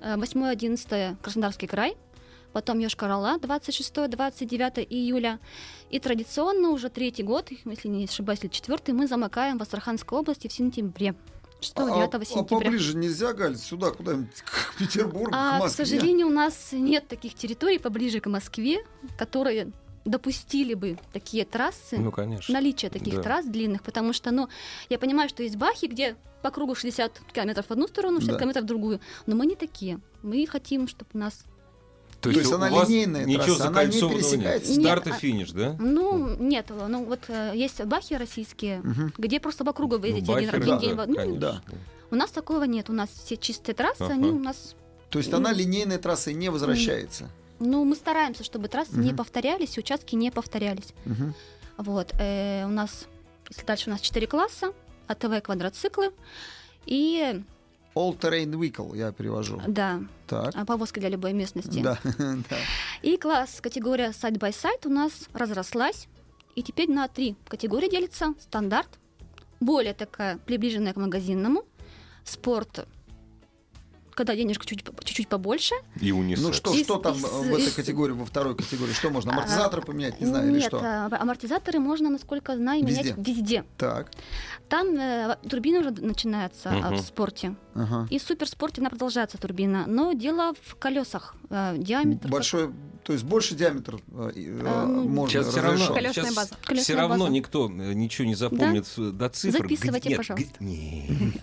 Speaker 3: 8-11 Краснодарский край, потом Йошкар-Ола 26-29 июля. И традиционно уже третий год, если не ошибаюсь, или четвертый, мы замыкаем в Астраханской области в сентябре. 6-9
Speaker 2: а, а
Speaker 3: сентября.
Speaker 2: поближе нельзя, Галь, сюда куда-нибудь, <laughs> к Петербургу, к
Speaker 3: А, к
Speaker 2: Москве?
Speaker 3: сожалению, у нас нет таких территорий поближе к Москве, которые допустили бы такие трассы
Speaker 1: Ну, конечно.
Speaker 3: наличие таких
Speaker 1: Да.
Speaker 3: трасс длинных, потому что, ну, я понимаю, что есть бахи, где по кругу 60 километров в одну сторону, 60
Speaker 2: Да.
Speaker 3: километров в другую, но мы не такие. Мы хотим, чтобы у нас
Speaker 1: То,
Speaker 2: есть
Speaker 1: у
Speaker 2: она
Speaker 1: вас
Speaker 2: линейная
Speaker 1: Ничего
Speaker 2: трасса, она не
Speaker 1: закольцованного нет.
Speaker 2: пересекается.
Speaker 3: Нет,
Speaker 1: Старт и
Speaker 3: а-
Speaker 1: финиш, да?
Speaker 3: Ну, нет, ну вот э, есть бахи российские,
Speaker 2: Мгм.
Speaker 3: где просто по кругу вы
Speaker 1: Ну,
Speaker 3: едете один,
Speaker 1: бахер,
Speaker 3: один
Speaker 1: да,
Speaker 3: день. в- ну,
Speaker 1: конечно.
Speaker 2: да.
Speaker 3: У нас такого нет, у нас все чистые трассы,
Speaker 1: Ага.
Speaker 3: они у нас...
Speaker 2: То есть она линейной трассой не возвращается.
Speaker 3: Ну, мы стараемся, чтобы трассы не
Speaker 2: Мгм.
Speaker 3: повторялись, и участки не повторялись.
Speaker 2: Мгм.
Speaker 3: Вот, э, у нас, если дальше у нас 4 класса, АТВ квадроциклы, и,
Speaker 2: All terrain vehicle я перевожу.
Speaker 3: да,
Speaker 2: Так.
Speaker 3: а, повозка для любой местности.
Speaker 2: Да, <laughs> да.
Speaker 3: И класс, категория side-by-side у нас разрослась, и теперь на три категории делится. Стандарт, более такая, приближенная к магазинному, спорт, когда денежка чуть, по- чуть-чуть побольше.
Speaker 1: И унисекс.
Speaker 2: Ну что,
Speaker 3: Из-
Speaker 2: что там э,
Speaker 3: из-
Speaker 2: в этой
Speaker 3: из-
Speaker 2: категории, во второй категории? Что можно?
Speaker 3: А,
Speaker 2: Амортизаторы поменять, не знаю, или
Speaker 3: Нет,
Speaker 2: что?
Speaker 3: а, амортизаторы можно, насколько знаю, менять
Speaker 2: Везде.
Speaker 3: везде.
Speaker 2: Так.
Speaker 3: Там э, во- турбина уже начинается а,
Speaker 1: Мгм.
Speaker 3: в спорте.
Speaker 2: Ага.
Speaker 3: И в суперспорте она продолжается, турбина. Но дело в колесах. э, диаметр. как-
Speaker 2: Большой, то есть больше диаметр э, и, э,
Speaker 3: А, ну,
Speaker 2: можно
Speaker 1: Сейчас все равно,
Speaker 2: разрешен.
Speaker 4: Колёсная
Speaker 1: сейчас
Speaker 4: база.
Speaker 3: Колёсная
Speaker 1: все равно
Speaker 3: база.
Speaker 1: никто э, ничего не запомнит с- до цифр.
Speaker 3: Записывайте,
Speaker 1: Где- нет,
Speaker 3: пожалуйста.
Speaker 1: г- нет.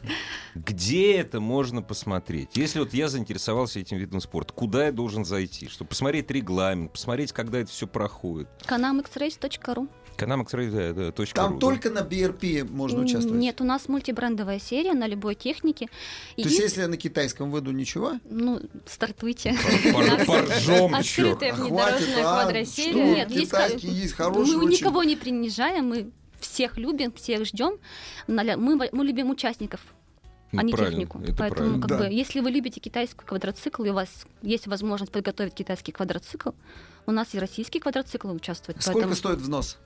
Speaker 1: Где это можно посмотреть? Если вот я заинтересовался этим видом спорта, куда я должен зайти? Чтобы посмотреть регламент, посмотреть, когда это все проходит.
Speaker 3: Kanamxrace.ru.
Speaker 1: Канамакс.ру.
Speaker 2: Там только на BRP можно участвовать.
Speaker 3: Нет, у нас мультибрендовая серия на любой технике. И
Speaker 2: То есть, если я на китайском выйду, ничего?
Speaker 3: Ну, стартуйте. А
Speaker 1: Поржем еще.
Speaker 4: Открытая
Speaker 2: А
Speaker 4: внедорожная
Speaker 2: хватит, а,
Speaker 4: квадросерия.
Speaker 2: что?
Speaker 3: Нет, есть
Speaker 2: китайский
Speaker 3: ка-
Speaker 2: есть хороший
Speaker 3: <laughs> Мы
Speaker 2: очень.
Speaker 3: никого не принижаем, мы всех любим, всех ждем. Наля- Мы, во- мы любим участников,
Speaker 2: Ну,
Speaker 3: а не технику.
Speaker 1: Это
Speaker 3: Поэтому,
Speaker 1: правильно.
Speaker 3: как
Speaker 2: Да.
Speaker 3: бы, если вы любите китайский квадроцикл, и у вас есть возможность подготовить китайский квадроцикл, у нас и российские квадроциклы участвуют.
Speaker 2: А Сколько
Speaker 3: поэтому-
Speaker 2: стоит взнос?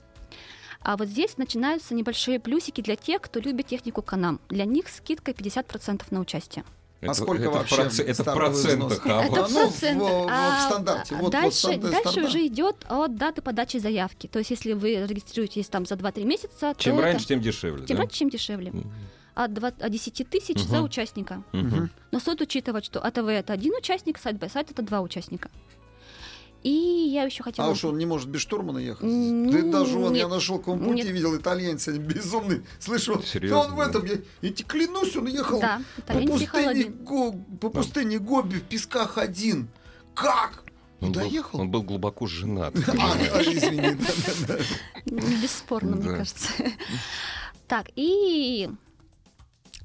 Speaker 3: А вот здесь начинаются небольшие плюсики для тех, кто любит технику канам. Для них скидка 50% на участие.
Speaker 1: Это-
Speaker 2: а сколько
Speaker 1: это в
Speaker 2: вообще?
Speaker 1: проц- Это в
Speaker 2: стартовый взнос?
Speaker 1: процентах. а
Speaker 3: Это
Speaker 1: вот
Speaker 3: в
Speaker 2: ну,
Speaker 3: процент.
Speaker 2: в- в- в
Speaker 3: А,
Speaker 2: стандарте. Вот- вот
Speaker 3: дальше
Speaker 2: стандарт-
Speaker 3: дальше
Speaker 2: стандарт.
Speaker 3: уже идет от даты подачи заявки. То есть, если вы регистрируетесь там за 2-3 месяца,
Speaker 1: Чем
Speaker 3: то
Speaker 1: раньше,
Speaker 3: это-
Speaker 1: тем дешевле.
Speaker 3: тем
Speaker 1: да?
Speaker 3: раньше, чем дешевле.
Speaker 1: Мгм.
Speaker 3: От, 2 от 10 тысяч за
Speaker 1: Мгм.
Speaker 3: участника.
Speaker 1: Мгм.
Speaker 3: Но стоит учитывать, что АТВ это один участник, сайт бай сайт это два участника. И я еще хотела...
Speaker 2: А уж он не может без штурмана ехать.
Speaker 3: Ну,
Speaker 2: да даже он, я
Speaker 3: нет.
Speaker 2: на шелковом пути
Speaker 3: Нет.
Speaker 2: видел итальянца безумный. Слышу, он,
Speaker 1: Серьезно,
Speaker 2: он в
Speaker 1: да?
Speaker 2: этом, я, я тебе клянусь, он ехал
Speaker 3: Да,
Speaker 2: по,
Speaker 3: итальянец ехал
Speaker 2: пустыне,
Speaker 3: один.
Speaker 2: Го- по пустыне Гоби в песках один. Как? Ну,
Speaker 1: Он был-
Speaker 2: доехал.
Speaker 1: Он был глубоко
Speaker 2: <laughs>
Speaker 1: женат.
Speaker 2: А, а, извини, да, да, да.
Speaker 3: Ну,
Speaker 1: Да.
Speaker 3: Бесспорно, мне кажется. Так, и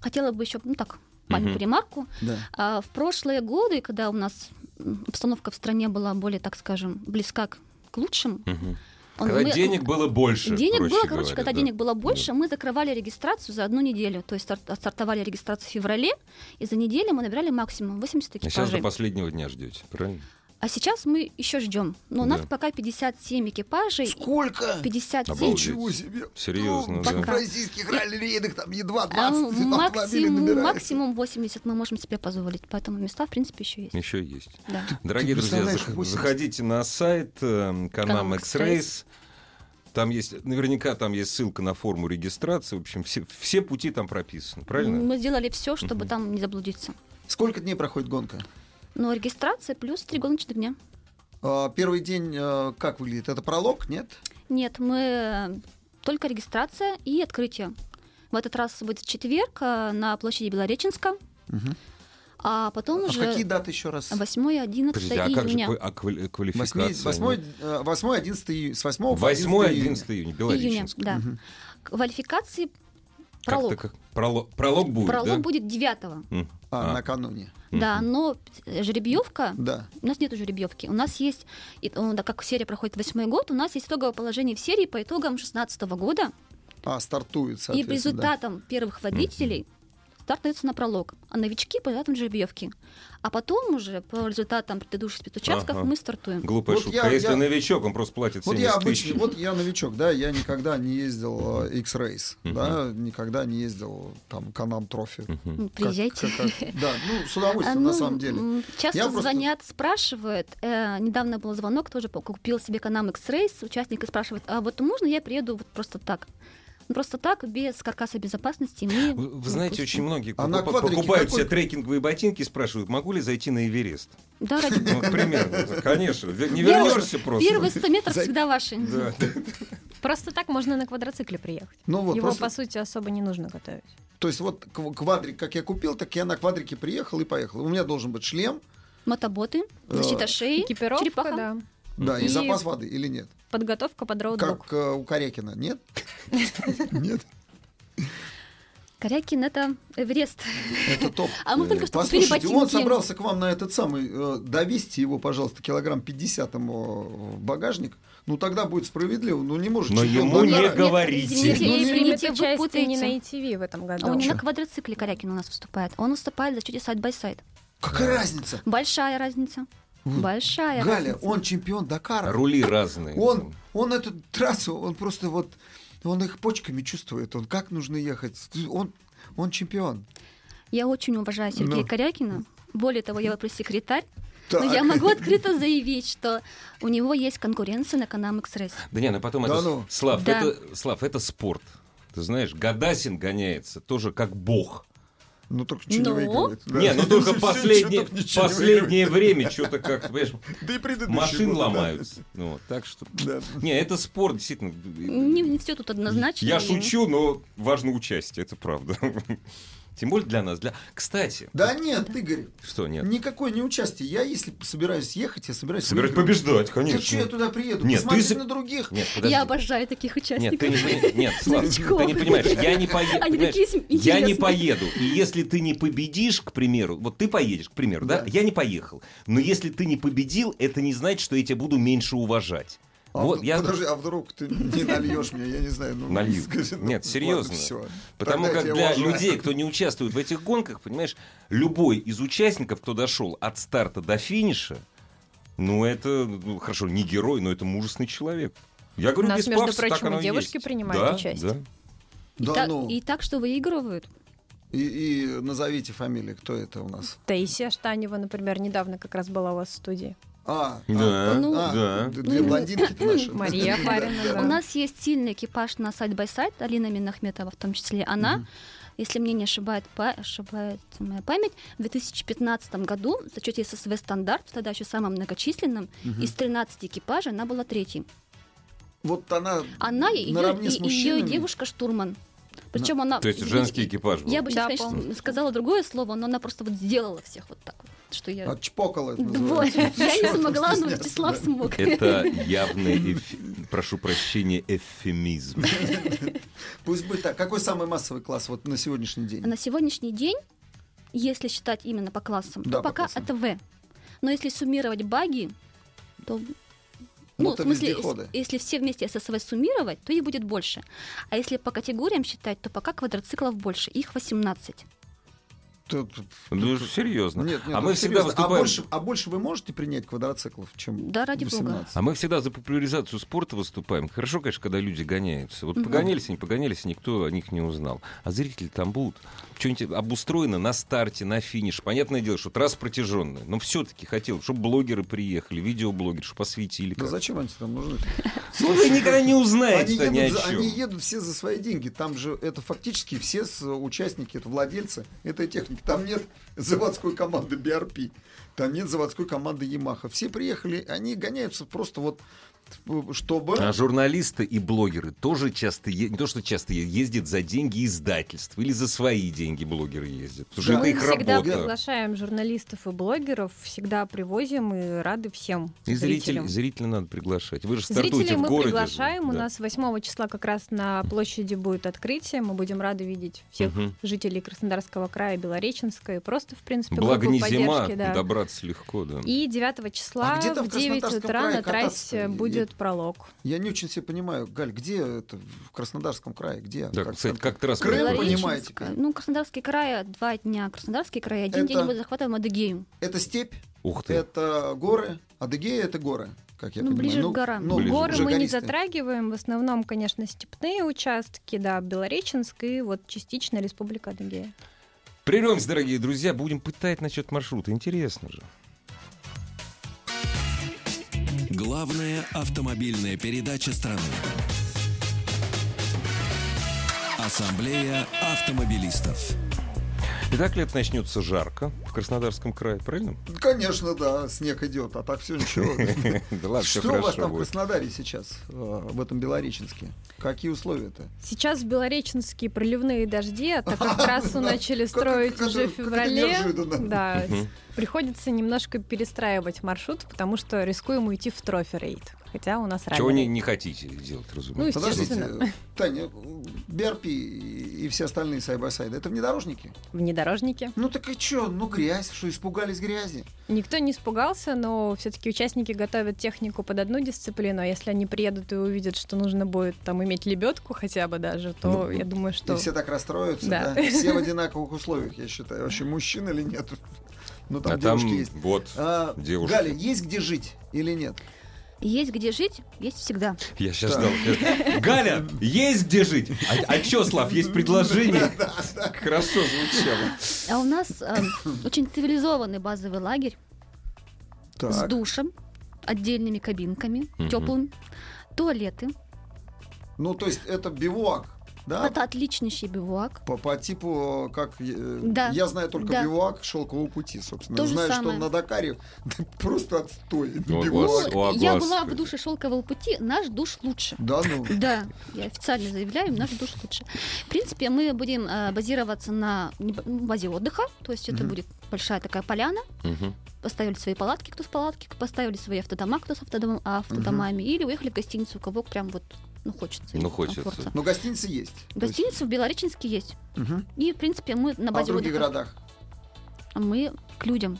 Speaker 3: хотела бы еще, ну так, маленькую
Speaker 1: Мгм.
Speaker 3: ремарку.
Speaker 2: Да.
Speaker 3: А, В прошлые годы, когда у нас м, обстановка в стране была более, так скажем, близка к к лучшему,
Speaker 1: Мгм.
Speaker 3: он-
Speaker 1: Когда
Speaker 3: мы-
Speaker 1: денег было больше.
Speaker 3: денег
Speaker 1: проще
Speaker 3: было, короче,
Speaker 1: говоря,
Speaker 3: когда
Speaker 1: да.
Speaker 3: денег было больше, мы закрывали регистрацию за одну неделю. То есть стар- стартовали регистрацию в феврале, и за неделю мы набирали максимум 80
Speaker 1: А сейчас
Speaker 3: экипажей.
Speaker 1: до последнего дня ждете, правильно?
Speaker 3: А сейчас мы еще ждем. Но у нас
Speaker 1: Да.
Speaker 3: пока 57 экипажей.
Speaker 2: Сколько?
Speaker 3: 57
Speaker 1: Обалдеть.
Speaker 2: Ничего себе.
Speaker 1: Серьезно,
Speaker 2: Ну,
Speaker 1: да.
Speaker 2: В российских ралли-рейдах там едва
Speaker 3: А
Speaker 2: 20 автомобилей
Speaker 3: максимум,
Speaker 2: набирается.
Speaker 3: максимум 80 мы можем себе позволить, поэтому места, в принципе, еще есть.
Speaker 1: Еще есть.
Speaker 3: Да.
Speaker 1: Дорогие
Speaker 2: ты
Speaker 1: друзья,
Speaker 2: представляешь,
Speaker 1: зах-
Speaker 2: 80.
Speaker 1: заходите на сайт Канам
Speaker 3: Канам
Speaker 1: X Race. Там есть, наверняка там есть ссылка на форму регистрации. В общем, все, все пути там прописаны, правильно?
Speaker 3: Мы сделали все, чтобы
Speaker 1: Мгм.
Speaker 3: там не заблудиться.
Speaker 2: Сколько дней проходит гонка?
Speaker 3: Но регистрация плюс три гоночных дня.
Speaker 2: А, Первый день э, как выглядит? Это пролог, нет?
Speaker 3: Нет, мы э, только регистрация и открытие. В этот раз будет четверг э, на площади Белореченска,
Speaker 2: Мгм.
Speaker 3: а потом
Speaker 2: А в
Speaker 3: уже
Speaker 2: какие даты еще раз?
Speaker 3: 8 и 11
Speaker 1: Подождите, а как же
Speaker 3: июня.
Speaker 1: ква- а квали- квалификация?
Speaker 2: 8, 11 июня. а, С 8 по 11
Speaker 1: 8
Speaker 2: июня.
Speaker 1: 11 июня,
Speaker 3: Июня,
Speaker 1: Белореченск.
Speaker 3: да.
Speaker 2: Мгм.
Speaker 3: Квалификации
Speaker 1: Как-то
Speaker 3: пролог.
Speaker 1: как- пролог, пролог будет,
Speaker 3: пролог
Speaker 1: да?
Speaker 3: будет 9
Speaker 1: М.
Speaker 2: А,
Speaker 1: А.
Speaker 2: накануне.
Speaker 3: Да,
Speaker 1: Мгм.
Speaker 3: но э, жеребьевка
Speaker 2: Да.
Speaker 3: У нас нет жеребьевки. У нас есть, и, ну, да, как серия проходит восьмой год, у нас есть итоговое положение в серии по итогам 2016 года.
Speaker 2: А, стартует,
Speaker 3: И
Speaker 2: соответственно.
Speaker 3: по результатам первых водителей старт дается на пролог, а новички по результатам жеребьевки. А потом уже по результатам предыдущих спецучастков
Speaker 1: Ага.
Speaker 3: мы стартуем.
Speaker 1: Глупая
Speaker 2: Вот
Speaker 1: шутка.
Speaker 2: я-
Speaker 1: а если
Speaker 2: я-
Speaker 1: новичок, он просто платит 70
Speaker 2: Вот я
Speaker 1: тысяч.
Speaker 2: обычный, вот я новичок, да, я никогда не ездил э, X-Race,
Speaker 1: Мгм.
Speaker 2: да, никогда не ездил там Канам Трофи.
Speaker 1: Мгм.
Speaker 3: Ну, Приезжайте.
Speaker 2: Да, ну, с
Speaker 3: А,
Speaker 2: удовольствием, на
Speaker 3: ну,
Speaker 2: самом деле.
Speaker 3: м, Часто
Speaker 2: Я просто-
Speaker 3: звонят, спрашивают. Э, недавно был звонок, тоже по- купил себе канам X-Race, участник и спрашивает, а вот можно я приеду вот просто так? Ну, Просто так, без каркаса безопасности. Мы
Speaker 1: Вы, вы знаете,
Speaker 3: допустим.
Speaker 1: очень многие
Speaker 2: А на
Speaker 1: покуп-
Speaker 2: квадрике
Speaker 1: покупают
Speaker 2: какой-
Speaker 1: себе трекинговые ботинки и спрашивают, могу ли зайти на Эверест.
Speaker 3: Да, ради
Speaker 1: Ну,
Speaker 3: бога.
Speaker 1: вот
Speaker 2: <laughs>
Speaker 1: примерно, конечно. Ве- Не
Speaker 3: Первый-
Speaker 1: вернешься просто.
Speaker 3: Первые 100 метров
Speaker 2: За-
Speaker 3: всегда ваши.
Speaker 1: Да.
Speaker 4: Просто так можно на квадроцикле приехать.
Speaker 2: Ну вот,
Speaker 4: Его,
Speaker 2: просто,
Speaker 4: по сути, особо не нужно готовить.
Speaker 2: то есть вот кв- квадрик, как я купил, так я на квадрике приехал и поехал. У меня должен быть шлем,
Speaker 3: мотоботы, защита
Speaker 2: Э,
Speaker 3: шеи,
Speaker 4: Экипировка,
Speaker 3: черепаха.
Speaker 4: да.
Speaker 2: Да, и
Speaker 4: И-
Speaker 2: запас воды или нет?
Speaker 4: Подготовка под роутбук.
Speaker 2: Как э, у Корякина, нет? <laughs> Нет,
Speaker 3: Корякин — это Эверест.
Speaker 2: это топ.
Speaker 3: А мы только что купили
Speaker 2: Послушайте,
Speaker 3: ботинки.
Speaker 2: он собрался к вам на этот самый, э, довести его, пожалуйста, килограмм 50 ему в багажник, ну тогда будет справедливо, ну не может
Speaker 1: Но
Speaker 2: чемпион
Speaker 1: ему не
Speaker 2: Болгара-
Speaker 1: говор- говорите.
Speaker 3: извините,
Speaker 2: Ну,
Speaker 4: Ей
Speaker 2: не-
Speaker 3: извините,
Speaker 4: примите
Speaker 3: вы
Speaker 4: участие не
Speaker 3: путаете.
Speaker 4: на ITV в этом году.
Speaker 3: А Он
Speaker 2: Чё?
Speaker 3: на квадроцикле Корякин у нас выступает. Он выступает за счете сайд-бай-сайд.
Speaker 2: Какая разница?
Speaker 3: Большая разница.
Speaker 2: Вот.
Speaker 3: Большая
Speaker 2: Галя,
Speaker 3: разница.
Speaker 2: он чемпион
Speaker 1: <laughs>
Speaker 2: Дакара.
Speaker 1: Рули разные.
Speaker 2: Он, он эту трассу, он просто вот, он их почками чувствует, он как нужно ехать, он, он чемпион.
Speaker 3: Я очень уважаю Сергея
Speaker 2: Ну.
Speaker 3: Корякина. Более того, я его пресс-секретарь.
Speaker 2: Так.
Speaker 3: Но Ну, я могу открыто заявить, что у него есть конкуренция на Канам Экспресс.
Speaker 1: Да не, ну потом
Speaker 2: Да
Speaker 1: это...
Speaker 2: ну.
Speaker 1: Слав,
Speaker 3: Да.
Speaker 1: это... Слав, это спорт. Ты знаешь, Гадасин гоняется тоже как бог.
Speaker 2: Ну только ничего
Speaker 3: Ну?
Speaker 2: не выигрывает. да.
Speaker 1: Не, ну только
Speaker 2: <laughs> Всё,
Speaker 1: последнее,
Speaker 2: чё-то ничего не
Speaker 1: последнее время что-то
Speaker 2: <laughs>
Speaker 1: как, понимаешь,
Speaker 2: выигрывает. Да и предыдущие
Speaker 1: машин
Speaker 2: годы, да.
Speaker 1: ломаются. Ну, вот, так что...
Speaker 2: Да.
Speaker 1: Не, это спорт, действительно.
Speaker 3: Не, все тут однозначно.
Speaker 1: Я
Speaker 3: Ну, И-
Speaker 1: шучу, но важно участие, это правда. <laughs> Тем более для нас. Для... Кстати,
Speaker 2: Да нет, Игорь,
Speaker 1: что нет?
Speaker 2: никакое не участие. Я, если собираюсь ехать, я собираюсь...
Speaker 1: Собираюсь
Speaker 2: выигрывать.
Speaker 1: побеждать,
Speaker 2: Да
Speaker 1: конечно.
Speaker 2: что я туда приеду?
Speaker 1: Нет, ты
Speaker 2: Посмотреть
Speaker 1: за-
Speaker 2: на других.
Speaker 1: Нет, подожди.
Speaker 3: Я обожаю таких
Speaker 1: Нет, ты
Speaker 3: участников.
Speaker 1: не, пони- нет, Слав,
Speaker 3: Новичков.
Speaker 1: ты не понимаешь, я не поеду.
Speaker 3: <laughs> Они такие
Speaker 1: Я не
Speaker 3: интересные.
Speaker 1: поеду. И если ты не победишь, к примеру, вот ты поедешь, к примеру, да?
Speaker 2: Да.
Speaker 1: Я не поехал. Но если ты не победил, это не значит, что я тебя буду меньше уважать.
Speaker 2: А
Speaker 1: вот
Speaker 2: вд-
Speaker 1: я
Speaker 2: Подожди, а вдруг ты не нальешь меня, я не знаю. Ну,
Speaker 1: Налью.
Speaker 2: скажи, ну,
Speaker 1: Нет, серьезно.
Speaker 2: всё.
Speaker 1: Потому
Speaker 2: Тогда я
Speaker 1: как
Speaker 2: тебя
Speaker 1: для
Speaker 2: уважаю.
Speaker 1: людей, кто не участвует в этих гонках, понимаешь, любой из участников, кто дошел от старта до финиша, ну это, ну, хорошо, не герой, но это мужественный человек. Я говорю,
Speaker 4: У нас,
Speaker 1: без
Speaker 4: между
Speaker 1: пафоса, так
Speaker 4: прочим, и
Speaker 1: оно
Speaker 4: девушки
Speaker 1: есть.
Speaker 4: принимают
Speaker 1: Да,
Speaker 4: участие.
Speaker 1: да.
Speaker 3: И
Speaker 2: Да
Speaker 3: так-
Speaker 2: ну.
Speaker 3: И так, что выигрывают.
Speaker 2: И, и назовите фамилии, кто это у нас.
Speaker 4: Таисия Штанева, например, недавно как раз была у вас в студии.
Speaker 2: А,
Speaker 1: Да,
Speaker 2: а,
Speaker 3: Ну,
Speaker 2: а,
Speaker 1: да.
Speaker 2: Две
Speaker 3: <laughs>
Speaker 2: блондинки наши.
Speaker 4: Мария
Speaker 2: Да,
Speaker 4: Парина,
Speaker 2: да.
Speaker 4: да.
Speaker 3: У нас есть сильный экипаж на сайт-бай-сайт, Алина Минахметова в том числе. Она, если мне не ошибает, па- ошибает моя память, в 2015 году в зачете ССВ «Стандарт», тогда еще самым многочисленным, из 13 экипажей она была третьей.
Speaker 2: Вот она,
Speaker 3: Она и ее,
Speaker 2: наравне с мужчинами.
Speaker 3: девушка-штурман. Причем
Speaker 4: А,
Speaker 3: она...
Speaker 1: Ну, То есть женский экипаж был.
Speaker 3: Я бы сейчас,
Speaker 4: Да,
Speaker 3: конечно,
Speaker 4: полностью.
Speaker 3: сказала другое слово, но она просто вот сделала всех вот так вот, что я...
Speaker 1: А,
Speaker 2: Отчпокала а, это
Speaker 3: Двое.
Speaker 2: называется.
Speaker 3: Я не
Speaker 2: Чёрт,
Speaker 3: смогла, но
Speaker 2: стесняться,
Speaker 3: Вячеслав
Speaker 2: да.
Speaker 3: смог.
Speaker 1: Это явный, эф- прошу прощения, эвфемизм.
Speaker 2: Пусть будет так. Какой самый массовый класс вот на сегодняшний день?
Speaker 3: На сегодняшний день, если считать именно по классам,
Speaker 2: Да,
Speaker 3: то
Speaker 2: по
Speaker 3: пока
Speaker 2: классам.
Speaker 3: это В. Но если суммировать баги, то... Ну, в смысле,
Speaker 2: Мотовездеходы.
Speaker 3: ес- если все вместе ССВ суммировать, то их будет больше. А если по категориям считать, то пока квадроциклов больше. Их 18.
Speaker 2: Тут- тут-
Speaker 1: Ну, серьезно.
Speaker 2: Нет, нет,
Speaker 1: а
Speaker 2: ну,
Speaker 1: мы всегда
Speaker 2: серьезно,
Speaker 1: выступаем...
Speaker 2: А больше, а больше вы можете принять квадроциклов, чем
Speaker 3: Да, ради бога.
Speaker 2: 18?
Speaker 1: А мы всегда за популяризацию спорта выступаем. Хорошо, конечно, когда люди гоняются. Вот
Speaker 3: Мгм.
Speaker 1: погонялись, не погонялись, никто о них не узнал. А зрители там будут. Что-нибудь обустроено на старте, на финиш. Понятное дело, что трасс протяженная. Но все-таки хотел, чтобы блогеры приехали, видеоблогеры, чтобы посветили.
Speaker 2: Да
Speaker 1: как.
Speaker 2: зачем они там нужны?
Speaker 1: Ну, вы никогда не
Speaker 2: Они
Speaker 1: узнаете ни о
Speaker 2: едут, за-
Speaker 1: чем.
Speaker 2: они едут все за свои деньги. Там же это фактически все с- э, участники, это владельцы этой техники. Там нет заводской команды BRP, там нет заводской команды Yamaha. Все приехали, они гоняются просто вот э, чтобы...
Speaker 1: А журналисты и блогеры тоже часто, е- не то что часто е- ездят за деньги издательств или за свои деньги блогеры ездят. Потому что
Speaker 2: Да.
Speaker 1: это
Speaker 4: Мы
Speaker 1: их
Speaker 4: всегда
Speaker 1: работа.
Speaker 4: приглашаем журналистов и блогеров, всегда привозим и рады всем
Speaker 1: И зрителей,
Speaker 4: зрителям.
Speaker 1: зрителей надо приглашать. Вы же стартуете
Speaker 4: Зрителей
Speaker 1: в
Speaker 4: мы
Speaker 1: городе. же.
Speaker 4: приглашаем. У
Speaker 1: Да.
Speaker 4: нас 8 числа как раз на площади будет открытие. Мы будем рады видеть всех
Speaker 1: Мгм.
Speaker 4: жителей Краснодарского края, Белореченска и просто, в принципе,
Speaker 1: Благо
Speaker 4: группы
Speaker 1: не зима, а
Speaker 4: поддержки, да.
Speaker 1: добраться легко, да.
Speaker 4: И 9 числа
Speaker 2: А где там
Speaker 4: в
Speaker 2: в
Speaker 4: 9
Speaker 2: Краснодарском
Speaker 4: утра
Speaker 2: крае
Speaker 4: на трассе
Speaker 2: кататься?
Speaker 4: будет пролог.
Speaker 2: Я не очень себе понимаю, Галь, где это в Краснодарском крае? Где?
Speaker 1: Да, кстати,
Speaker 2: там?
Speaker 1: как ты раз
Speaker 2: Крым,
Speaker 1: понимаешь,
Speaker 2: понимаете,
Speaker 3: Белореченск,
Speaker 2: как.
Speaker 3: Ну, Краснодарский край, два дня Краснодарский край, один
Speaker 2: Это-
Speaker 3: день мы захватываем Адыгею.
Speaker 2: Это степь,
Speaker 1: Ух ты.
Speaker 2: это горы, Адыгея это горы, как я
Speaker 3: Ну,
Speaker 2: понимаю.
Speaker 3: ближе к горам.
Speaker 1: Ближе.
Speaker 4: Горы
Speaker 2: уже
Speaker 4: мы не
Speaker 2: гористые.
Speaker 4: затрагиваем. В основном, конечно, степные участки, да, Белореченск и вот частично Республика Адыгея.
Speaker 1: Прервемся, дорогие друзья, будем пытать насчет маршрута. Интересно же.
Speaker 5: Главная автомобильная передача страны. Ассамблея автомобилистов.
Speaker 1: Итак, лет начнется жарко в Краснодарском крае, правильно?
Speaker 2: Конечно, да, снег идет, а так все ничего.
Speaker 1: <laughs> Да ладно, все
Speaker 2: Что у вас
Speaker 1: хорошо
Speaker 2: там в
Speaker 1: будет.
Speaker 2: Краснодаре сейчас, э, в этом Белореченске? Какие условия-то?
Speaker 4: Сейчас белореченские проливные дожди, а
Speaker 2: <laughs>
Speaker 4: так как трассу начали
Speaker 2: Как-
Speaker 4: строить
Speaker 2: как
Speaker 4: уже
Speaker 2: это-
Speaker 4: в
Speaker 2: как это
Speaker 4: феврале,
Speaker 2: неожиданно.
Speaker 4: да,
Speaker 1: Мгм.
Speaker 4: приходится немножко перестраивать маршрут, потому что рискуем уйти в трофи-рейд, хотя у нас
Speaker 1: Чего
Speaker 4: ранний
Speaker 1: не,
Speaker 4: рейд.
Speaker 1: не хотите делать,
Speaker 4: Ну,
Speaker 1: разумеется.
Speaker 2: Подождите,
Speaker 4: естественно.
Speaker 2: Таня, БРП и и все остальные сайбасайды, это внедорожники?
Speaker 4: внедорожники.
Speaker 2: Ну так и чё, ну грязь, что испугались грязи?
Speaker 4: Никто не испугался, но все-таки участники готовят технику под одну дисциплину, а если они приедут и увидят, что нужно будет там иметь лебедку хотя бы даже, то
Speaker 1: Ну,
Speaker 4: я думаю, что...
Speaker 2: И все так расстроятся, да.
Speaker 4: Да.
Speaker 2: Все в одинаковых условиях, я считаю. Вообще, мужчин или нет? Ну там
Speaker 1: а там
Speaker 2: девушки есть.
Speaker 1: вот,
Speaker 2: А,
Speaker 1: девушки.
Speaker 2: Галя, есть где жить или нет?
Speaker 3: Есть где жить, есть всегда.
Speaker 1: я сейчас
Speaker 2: Да.
Speaker 1: ждал. <laughs> Галя, есть где жить? А, а чё, Слав, есть
Speaker 2: <laughs>
Speaker 1: предложение? Хорошо звучало.
Speaker 3: А у нас
Speaker 2: <coughs>
Speaker 3: э, очень цивилизованный базовый лагерь с
Speaker 2: Так.
Speaker 3: душем, отдельными кабинками,
Speaker 1: Мгм.
Speaker 3: теплым, туалеты.
Speaker 2: Ну то есть это бивуак,
Speaker 4: А
Speaker 2: да?
Speaker 3: Это отличнейший бивуак.
Speaker 2: По, по типу, как э,
Speaker 3: Да.
Speaker 2: я знаю только
Speaker 3: Да.
Speaker 2: бивуак шелкового пути, собственно.
Speaker 3: То же
Speaker 2: знаю, что
Speaker 3: самое.
Speaker 2: он на Дакаре <laughs> да просто отстой. Это
Speaker 1: Ну,
Speaker 2: бивуак.
Speaker 1: класс. О,
Speaker 3: Я
Speaker 1: господи.
Speaker 3: была в душе шелкового пути, наш душ лучше.
Speaker 2: Да, ну.
Speaker 3: Да, я официально заявляю, наш душ лучше. В принципе, мы будем э, базироваться на небо- ну, базе отдыха, то есть это
Speaker 2: Мгм.
Speaker 3: будет большая такая поляна.
Speaker 1: Мгм.
Speaker 3: Поставили свои палатки, кто с палатки, поставили свои автодома, кто с автодом- а, автодомами, или уехали в гостиницу, у кого прям вот ну хочется.
Speaker 1: Ну,
Speaker 3: им
Speaker 1: хочется.
Speaker 3: комфорта.
Speaker 2: Но гостиницы есть. То есть-
Speaker 3: Гостиница в Белореченске есть.
Speaker 2: Мгм.
Speaker 3: И, в принципе, мы на
Speaker 2: А в
Speaker 3: базе
Speaker 2: других
Speaker 3: отдыха
Speaker 2: городах?
Speaker 3: мы к людям.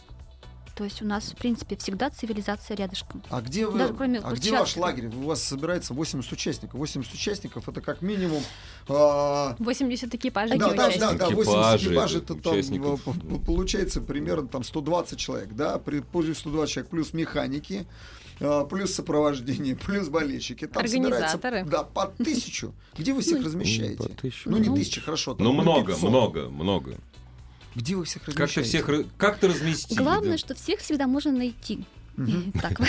Speaker 3: То есть у нас, в принципе, всегда цивилизация рядышком.
Speaker 2: А где вы?
Speaker 3: Даже кроме
Speaker 2: а где
Speaker 3: участка.
Speaker 2: ваш лагерь? У вас собирается 80 участников. 80 участников это как минимум. а,
Speaker 4: 80 экипажей
Speaker 2: Да, да,
Speaker 4: участников.
Speaker 2: да, да, 80
Speaker 1: Экипажи,
Speaker 2: экипаж это там
Speaker 1: участников.
Speaker 2: э, п- п- получается примерно там 120 человек, да, при пользу 120 человек плюс механики, э, плюс сопровождение, <laughs> плюс болельщики. Там собирается,
Speaker 4: Организаторы.
Speaker 2: Да, по тысячу. Где вы
Speaker 3: Ну,
Speaker 2: всех
Speaker 1: по
Speaker 2: размещаете?
Speaker 1: тысячу.
Speaker 2: Ну, не
Speaker 1: Ну,
Speaker 2: тысяча, хорошо. там,
Speaker 1: Ну, много,
Speaker 2: 500.
Speaker 1: много, много.
Speaker 2: Где вы всех
Speaker 1: Как ты
Speaker 2: размещаете?
Speaker 1: всех... ры- Как ты разместить?
Speaker 3: Главное,
Speaker 1: да?
Speaker 3: что всех всегда можно найти.
Speaker 2: Мгм.
Speaker 3: <laughs> Так.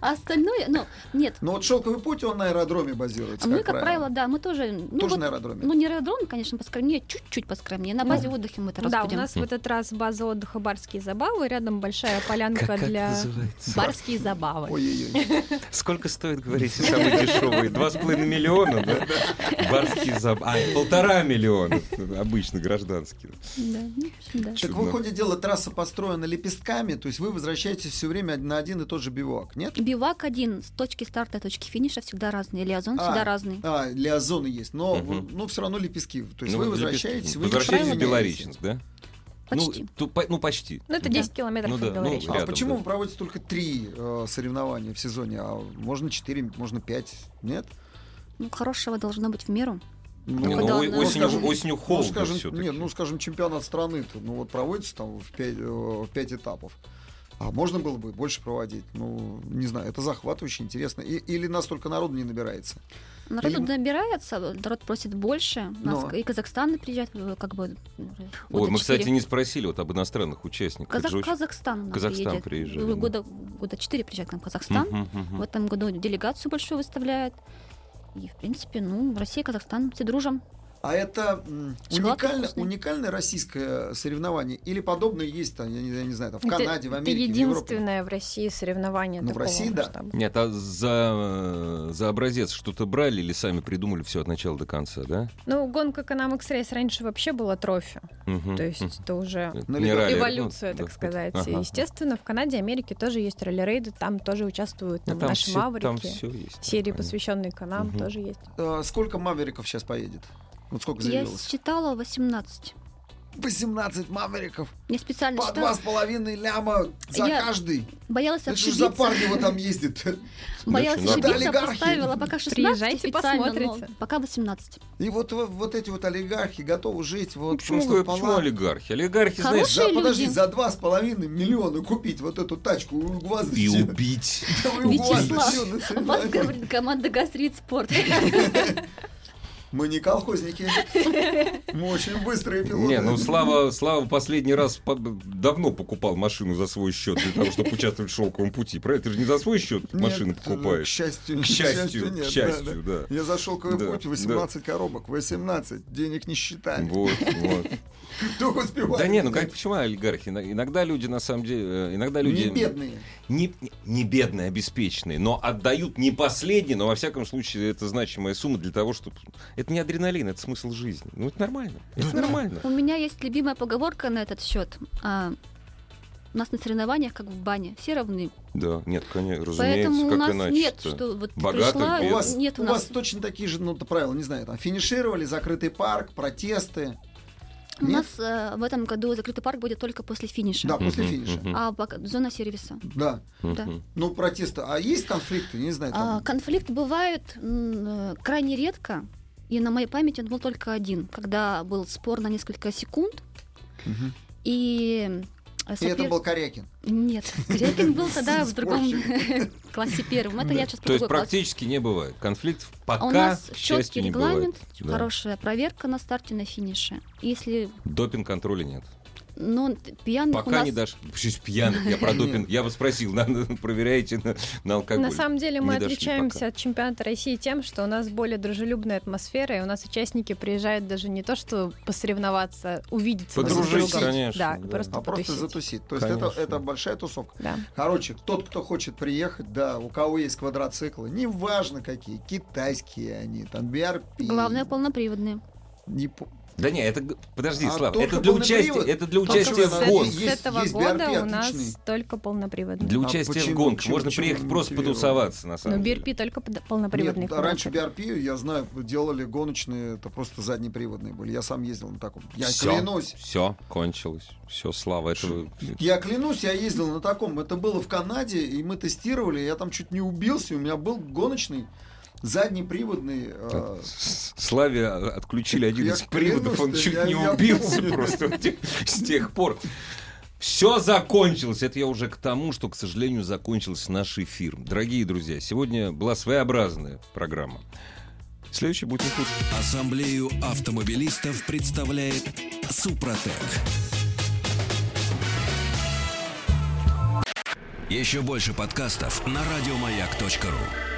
Speaker 3: А остальное, ну, нет.
Speaker 2: Ну, вот «Шелковый путь», он на аэродроме базируется,
Speaker 3: Мы, А как правило, да, мы тоже... ну,
Speaker 2: Тоже
Speaker 3: вот,
Speaker 2: на Ну. аэродроме?
Speaker 3: Ну, не аэродром, конечно, поскромнее, а чуть-чуть поскромнее. На базе отдыха мы это
Speaker 4: Да, у
Speaker 3: разбудим.
Speaker 4: нас в этот раз база отдыха «Барские забавы», рядом большая полянка для... «Барские забавы».
Speaker 3: <laughs>
Speaker 2: Ой-ой-ой.
Speaker 1: Сколько стоит, говорите, самые дешевые? Два с половиной миллиона, да? Барские заб... А, полтора миллиона. Обычно гражданские.
Speaker 3: Да, ну, да.
Speaker 2: Так
Speaker 1: Чудно.
Speaker 2: выходит дело, трасса построена лепестками, то есть вы возвращаетесь все время на один и тот же бивак, нет?
Speaker 3: Бивак один. С точки старта и точки финиша всегда разные. Лиазон
Speaker 2: А.
Speaker 3: всегда разный.
Speaker 2: А, для зоны есть, но,
Speaker 1: Мгм.
Speaker 2: ну, все равно лепестки. То есть
Speaker 1: Ну,
Speaker 2: вы
Speaker 1: лепестки.
Speaker 2: возвращаетесь, вы не
Speaker 1: Возвращаетесь в
Speaker 2: меняете.
Speaker 1: Белореченск, да?
Speaker 3: Почти.
Speaker 1: Ну, ту- по- ну, почти.
Speaker 4: Ну, это 10 километров
Speaker 1: Ну
Speaker 4: от
Speaker 1: да, ну,
Speaker 4: Белореченска.
Speaker 1: рядом,
Speaker 2: А почему
Speaker 1: да.
Speaker 2: вы проводите только три э, соревнования в сезоне? А можно четыре, можно пять, нет?
Speaker 3: Ну, хорошего должно быть в меру.
Speaker 1: Не,
Speaker 3: ну,
Speaker 1: ну,
Speaker 3: да,
Speaker 1: о-
Speaker 3: ну,
Speaker 1: осенью,
Speaker 3: скажем,
Speaker 1: осенью
Speaker 2: ну,
Speaker 1: холодно
Speaker 2: скажем,
Speaker 1: все-таки.
Speaker 2: нет, ну, скажем, чемпионат страны-то, ну, вот проводится там в пять, э, в пять этапов. А можно было бы больше проводить? Ну, не знаю, это захватывающе, интересно. И- или настолько народу не набирается?
Speaker 3: Народу
Speaker 2: Или-
Speaker 3: набирается, народ просит больше. У Нас
Speaker 2: Но.
Speaker 3: и Казахстан приезжает, э, как бы. уже
Speaker 1: Ой,
Speaker 3: года
Speaker 1: мы,
Speaker 3: четыре.
Speaker 1: кстати, не спросили вот об иностранных участниках. Это
Speaker 3: Казах-
Speaker 1: же очень-
Speaker 3: Казахстан. у нас
Speaker 1: Казахстан
Speaker 3: приедет.
Speaker 1: приезжает,
Speaker 3: Ну,
Speaker 1: да.
Speaker 3: Года, года 4 приезжает к нам Казахстан.
Speaker 1: Мгм, мгм.
Speaker 3: В этом году делегацию большую выставляет. И, в принципе, ну, Россия, Казахстан, все дружим.
Speaker 2: А это м,
Speaker 3: Шоколад
Speaker 2: уникально,
Speaker 3: вкусный.
Speaker 2: уникальное российское э, соревнование? Или подобное есть, там, я, не, я не знаю, там, в
Speaker 4: Это-
Speaker 2: Канаде, в Америке,
Speaker 4: Это
Speaker 2: в Европе?
Speaker 4: единственное в России соревнование
Speaker 2: Ну, в
Speaker 4: такого
Speaker 2: России, да.
Speaker 4: масштаба.
Speaker 1: Нет, а за, за образец что-то брали или сами придумали все от начала до конца, да?
Speaker 4: Ну, гонка Канам X-Race раньше вообще была трофи.
Speaker 1: Мгм, мгм.
Speaker 4: То есть это уже
Speaker 1: Это
Speaker 2: Ну,
Speaker 1: не
Speaker 2: либо
Speaker 1: ралли, ну,
Speaker 4: эволюция,
Speaker 1: да,
Speaker 4: так
Speaker 1: вот.
Speaker 4: сказать. И,
Speaker 1: Ага.
Speaker 4: Естественно, в Канаде и Америке тоже есть ралли-рейды, там тоже участвуют
Speaker 1: Ну,
Speaker 4: там,
Speaker 1: там
Speaker 4: наши
Speaker 1: всё- там
Speaker 4: маврики.
Speaker 1: всё есть.
Speaker 4: Серии,
Speaker 1: Понятно.
Speaker 4: посвященные Канам,
Speaker 1: Мгм.
Speaker 4: тоже есть.
Speaker 2: Э, сколько мавериков сейчас поедет? Вот сколько
Speaker 3: Я
Speaker 2: заявилось?
Speaker 3: считала 18.
Speaker 2: 18 мавериков.
Speaker 3: Я специально
Speaker 2: По
Speaker 3: считала.
Speaker 2: два с половиной ляма за
Speaker 3: Ну Я-
Speaker 2: каждый.
Speaker 3: Боялась
Speaker 2: Это что ж за
Speaker 3: ошибиться.
Speaker 2: парни его
Speaker 3: <laughs>
Speaker 2: там ездит?
Speaker 3: Боялась
Speaker 1: Очень надо.
Speaker 3: ошибиться,
Speaker 2: Это олигархи.
Speaker 3: поставила пока 16
Speaker 4: Приезжайте,
Speaker 3: официально, но
Speaker 4: посмотрите.
Speaker 3: пока 18.
Speaker 2: И вот, во- вот эти вот олигархи готовы жить вот
Speaker 1: Ну, Почему,
Speaker 2: просто в
Speaker 1: вы- почему
Speaker 2: пала-
Speaker 1: олигархи? Олигархи, знаешь,
Speaker 3: Хорошие
Speaker 2: За, подожди,
Speaker 3: люди.
Speaker 2: за два с половиной миллиона купить вот эту тачку у УАЗа.
Speaker 1: и убить.
Speaker 2: <laughs> Да, у
Speaker 1: Убить.
Speaker 2: УАЗа
Speaker 3: Вячеслав,
Speaker 2: всё на <laughs>
Speaker 3: У <laughs> вас
Speaker 2: соревновании.
Speaker 3: говорит команда «Газрид Спорт».
Speaker 2: Мы не
Speaker 3: <laughs>
Speaker 2: колхозники. Мы очень быстрые пилоты.
Speaker 1: Не, ну Слава, Слава последний раз по- давно покупал машину за свой счет для того, чтобы участвовать в шелковом пути. Правильно? Ты же не за свой счет
Speaker 2: Нет, э,
Speaker 1: машину
Speaker 2: К
Speaker 1: покупаешь.
Speaker 2: счастью,
Speaker 1: ну, К счастью, к
Speaker 2: нет,
Speaker 1: счастью,
Speaker 2: да, да.
Speaker 1: да.
Speaker 2: Я за шелковый
Speaker 1: Да,
Speaker 2: путь,
Speaker 1: да.
Speaker 2: 18 коробок, 18, денег не считаем.
Speaker 1: Вот, вот.
Speaker 2: Только успеваем.
Speaker 1: Да не, ну как почему олигархи? Ина- Иногда люди на самом деле, э, иногда люди
Speaker 2: Не бедные.
Speaker 1: не, не бедные, обеспеченные, но отдают не последний, но во всяком случае это значимая сумма для того, чтобы это не адреналин, это смысл жизни. Ну это нормально, это нормально.
Speaker 3: У меня есть любимая поговорка на этот счет. А, у нас на соревнованиях, как в бане, все равны.
Speaker 1: Да, нет, конечно, разумеется,
Speaker 3: Поэтому у
Speaker 1: как
Speaker 3: нас
Speaker 1: иначе.
Speaker 3: нет, что вот ты
Speaker 1: Богатых,
Speaker 3: пришла,
Speaker 1: бедных.
Speaker 2: У вас,
Speaker 3: нет А у
Speaker 2: у вас
Speaker 3: нас.
Speaker 2: точно такие же ну, правила, не знаю, там финишировали, закрытый парк, протесты.
Speaker 3: У
Speaker 2: Нет?
Speaker 3: нас э, в этом году закрытый парк будет только после финиша.
Speaker 2: Да, после
Speaker 1: Мгм,
Speaker 2: финиша.
Speaker 1: мгм.
Speaker 3: А пока- зона сервиса.
Speaker 2: Да. Ну, протесты. А есть конфликты? Не знаю.
Speaker 3: А,
Speaker 2: Там...
Speaker 3: конфликт бывает м, э, крайне редко. И на моей памяти он был только один, когда был спор на несколько секунд.
Speaker 2: Мгм.
Speaker 3: И, э,
Speaker 2: И это
Speaker 3: А, сопер-
Speaker 2: был Корякин.
Speaker 3: Нет, Крякин был
Speaker 2: <laughs>
Speaker 3: тогда в другом <laughs> классе первом. Это я сейчас
Speaker 1: То
Speaker 3: про
Speaker 1: есть
Speaker 3: другой класс.
Speaker 1: практически не бывает конфликтов,
Speaker 3: А
Speaker 1: пока
Speaker 3: у нас
Speaker 1: к
Speaker 3: четкий
Speaker 1: счастью, не
Speaker 3: регламент,
Speaker 1: бывает. Да.
Speaker 3: хорошая проверка на старте, на финише. Если,
Speaker 1: Допинг-контроля нет.
Speaker 3: ну, пьяных у
Speaker 1: Пока
Speaker 3: нас...
Speaker 1: не дашь. <laughs> Пусть пьяных, я про
Speaker 2: Нет.
Speaker 1: допинг. Я бы спросил, <laughs> на- проверяете на, на алкоголь.
Speaker 4: На самом деле мы
Speaker 1: Не дошли
Speaker 4: отличаемся
Speaker 1: пока.
Speaker 4: от чемпионата России тем, что у нас более дружелюбная атмосфера, и у нас участники приезжают даже не то, что посоревноваться, увидеться. друг с
Speaker 1: Подружиться,
Speaker 4: другом.
Speaker 1: конечно,
Speaker 4: Да,
Speaker 1: да.
Speaker 4: просто
Speaker 2: А просто
Speaker 4: потусить.
Speaker 2: затусить. То есть это,
Speaker 1: Конечно.
Speaker 2: это большая тусовка.
Speaker 4: Да.
Speaker 2: Короче, тот, кто хочет приехать, да, у кого есть квадроциклы, неважно какие, китайские они, там, BRP.
Speaker 3: Главное, полноприводные.
Speaker 2: не по-
Speaker 1: Да не, это... г- Подожди,
Speaker 2: А
Speaker 1: Слава,
Speaker 2: тот,
Speaker 1: это
Speaker 2: кто
Speaker 1: для,
Speaker 2: был на
Speaker 1: участия,
Speaker 2: привод-
Speaker 1: это для
Speaker 2: тот,
Speaker 4: Только
Speaker 1: участия
Speaker 2: кто
Speaker 4: с,
Speaker 1: в
Speaker 2: на
Speaker 4: э-
Speaker 1: гонке.
Speaker 4: с
Speaker 2: Есть-
Speaker 4: этого
Speaker 2: есть
Speaker 4: года
Speaker 2: BRP
Speaker 4: у нас
Speaker 2: отличный.
Speaker 4: только Ну, полноприводные.
Speaker 1: Для
Speaker 2: А
Speaker 1: участия в
Speaker 2: почему-
Speaker 1: гонке
Speaker 2: почему-
Speaker 1: можно
Speaker 2: почему
Speaker 1: приехать
Speaker 2: не
Speaker 1: просто
Speaker 2: мотивирован?
Speaker 1: потусоваться, на
Speaker 4: Но
Speaker 1: самом деле.
Speaker 4: BRP только под- полноприводные.
Speaker 2: Нет, а
Speaker 4: ходят.
Speaker 2: раньше BRP, я знаю, делали гоночные, это просто заднеприводные были. Я сам ездил на таком. Я клянусь.
Speaker 1: Все, кончилось. Все, Слава, это... вы-
Speaker 2: Я клянусь, я ездил на таком. Это было в Канаде, и мы тестировали. Я там чуть не убился. У меня был гоночный заднеприводный. э,
Speaker 1: С- Славе отключили один
Speaker 2: Я
Speaker 1: из приводов,
Speaker 2: клянусь,
Speaker 1: он
Speaker 2: да,
Speaker 1: чуть
Speaker 2: я-
Speaker 1: не
Speaker 2: я
Speaker 1: убился
Speaker 2: помню.
Speaker 1: просто вот те- с тех пор. Все закончилось. Это я уже к тому, что, к сожалению, закончился наш эфир. Дорогие друзья, сегодня была своеобразная программа. Следующий будет не хуже.
Speaker 5: Ассамблею автомобилистов представляет Супротек. Еще больше подкастов на радиомаяк.ру.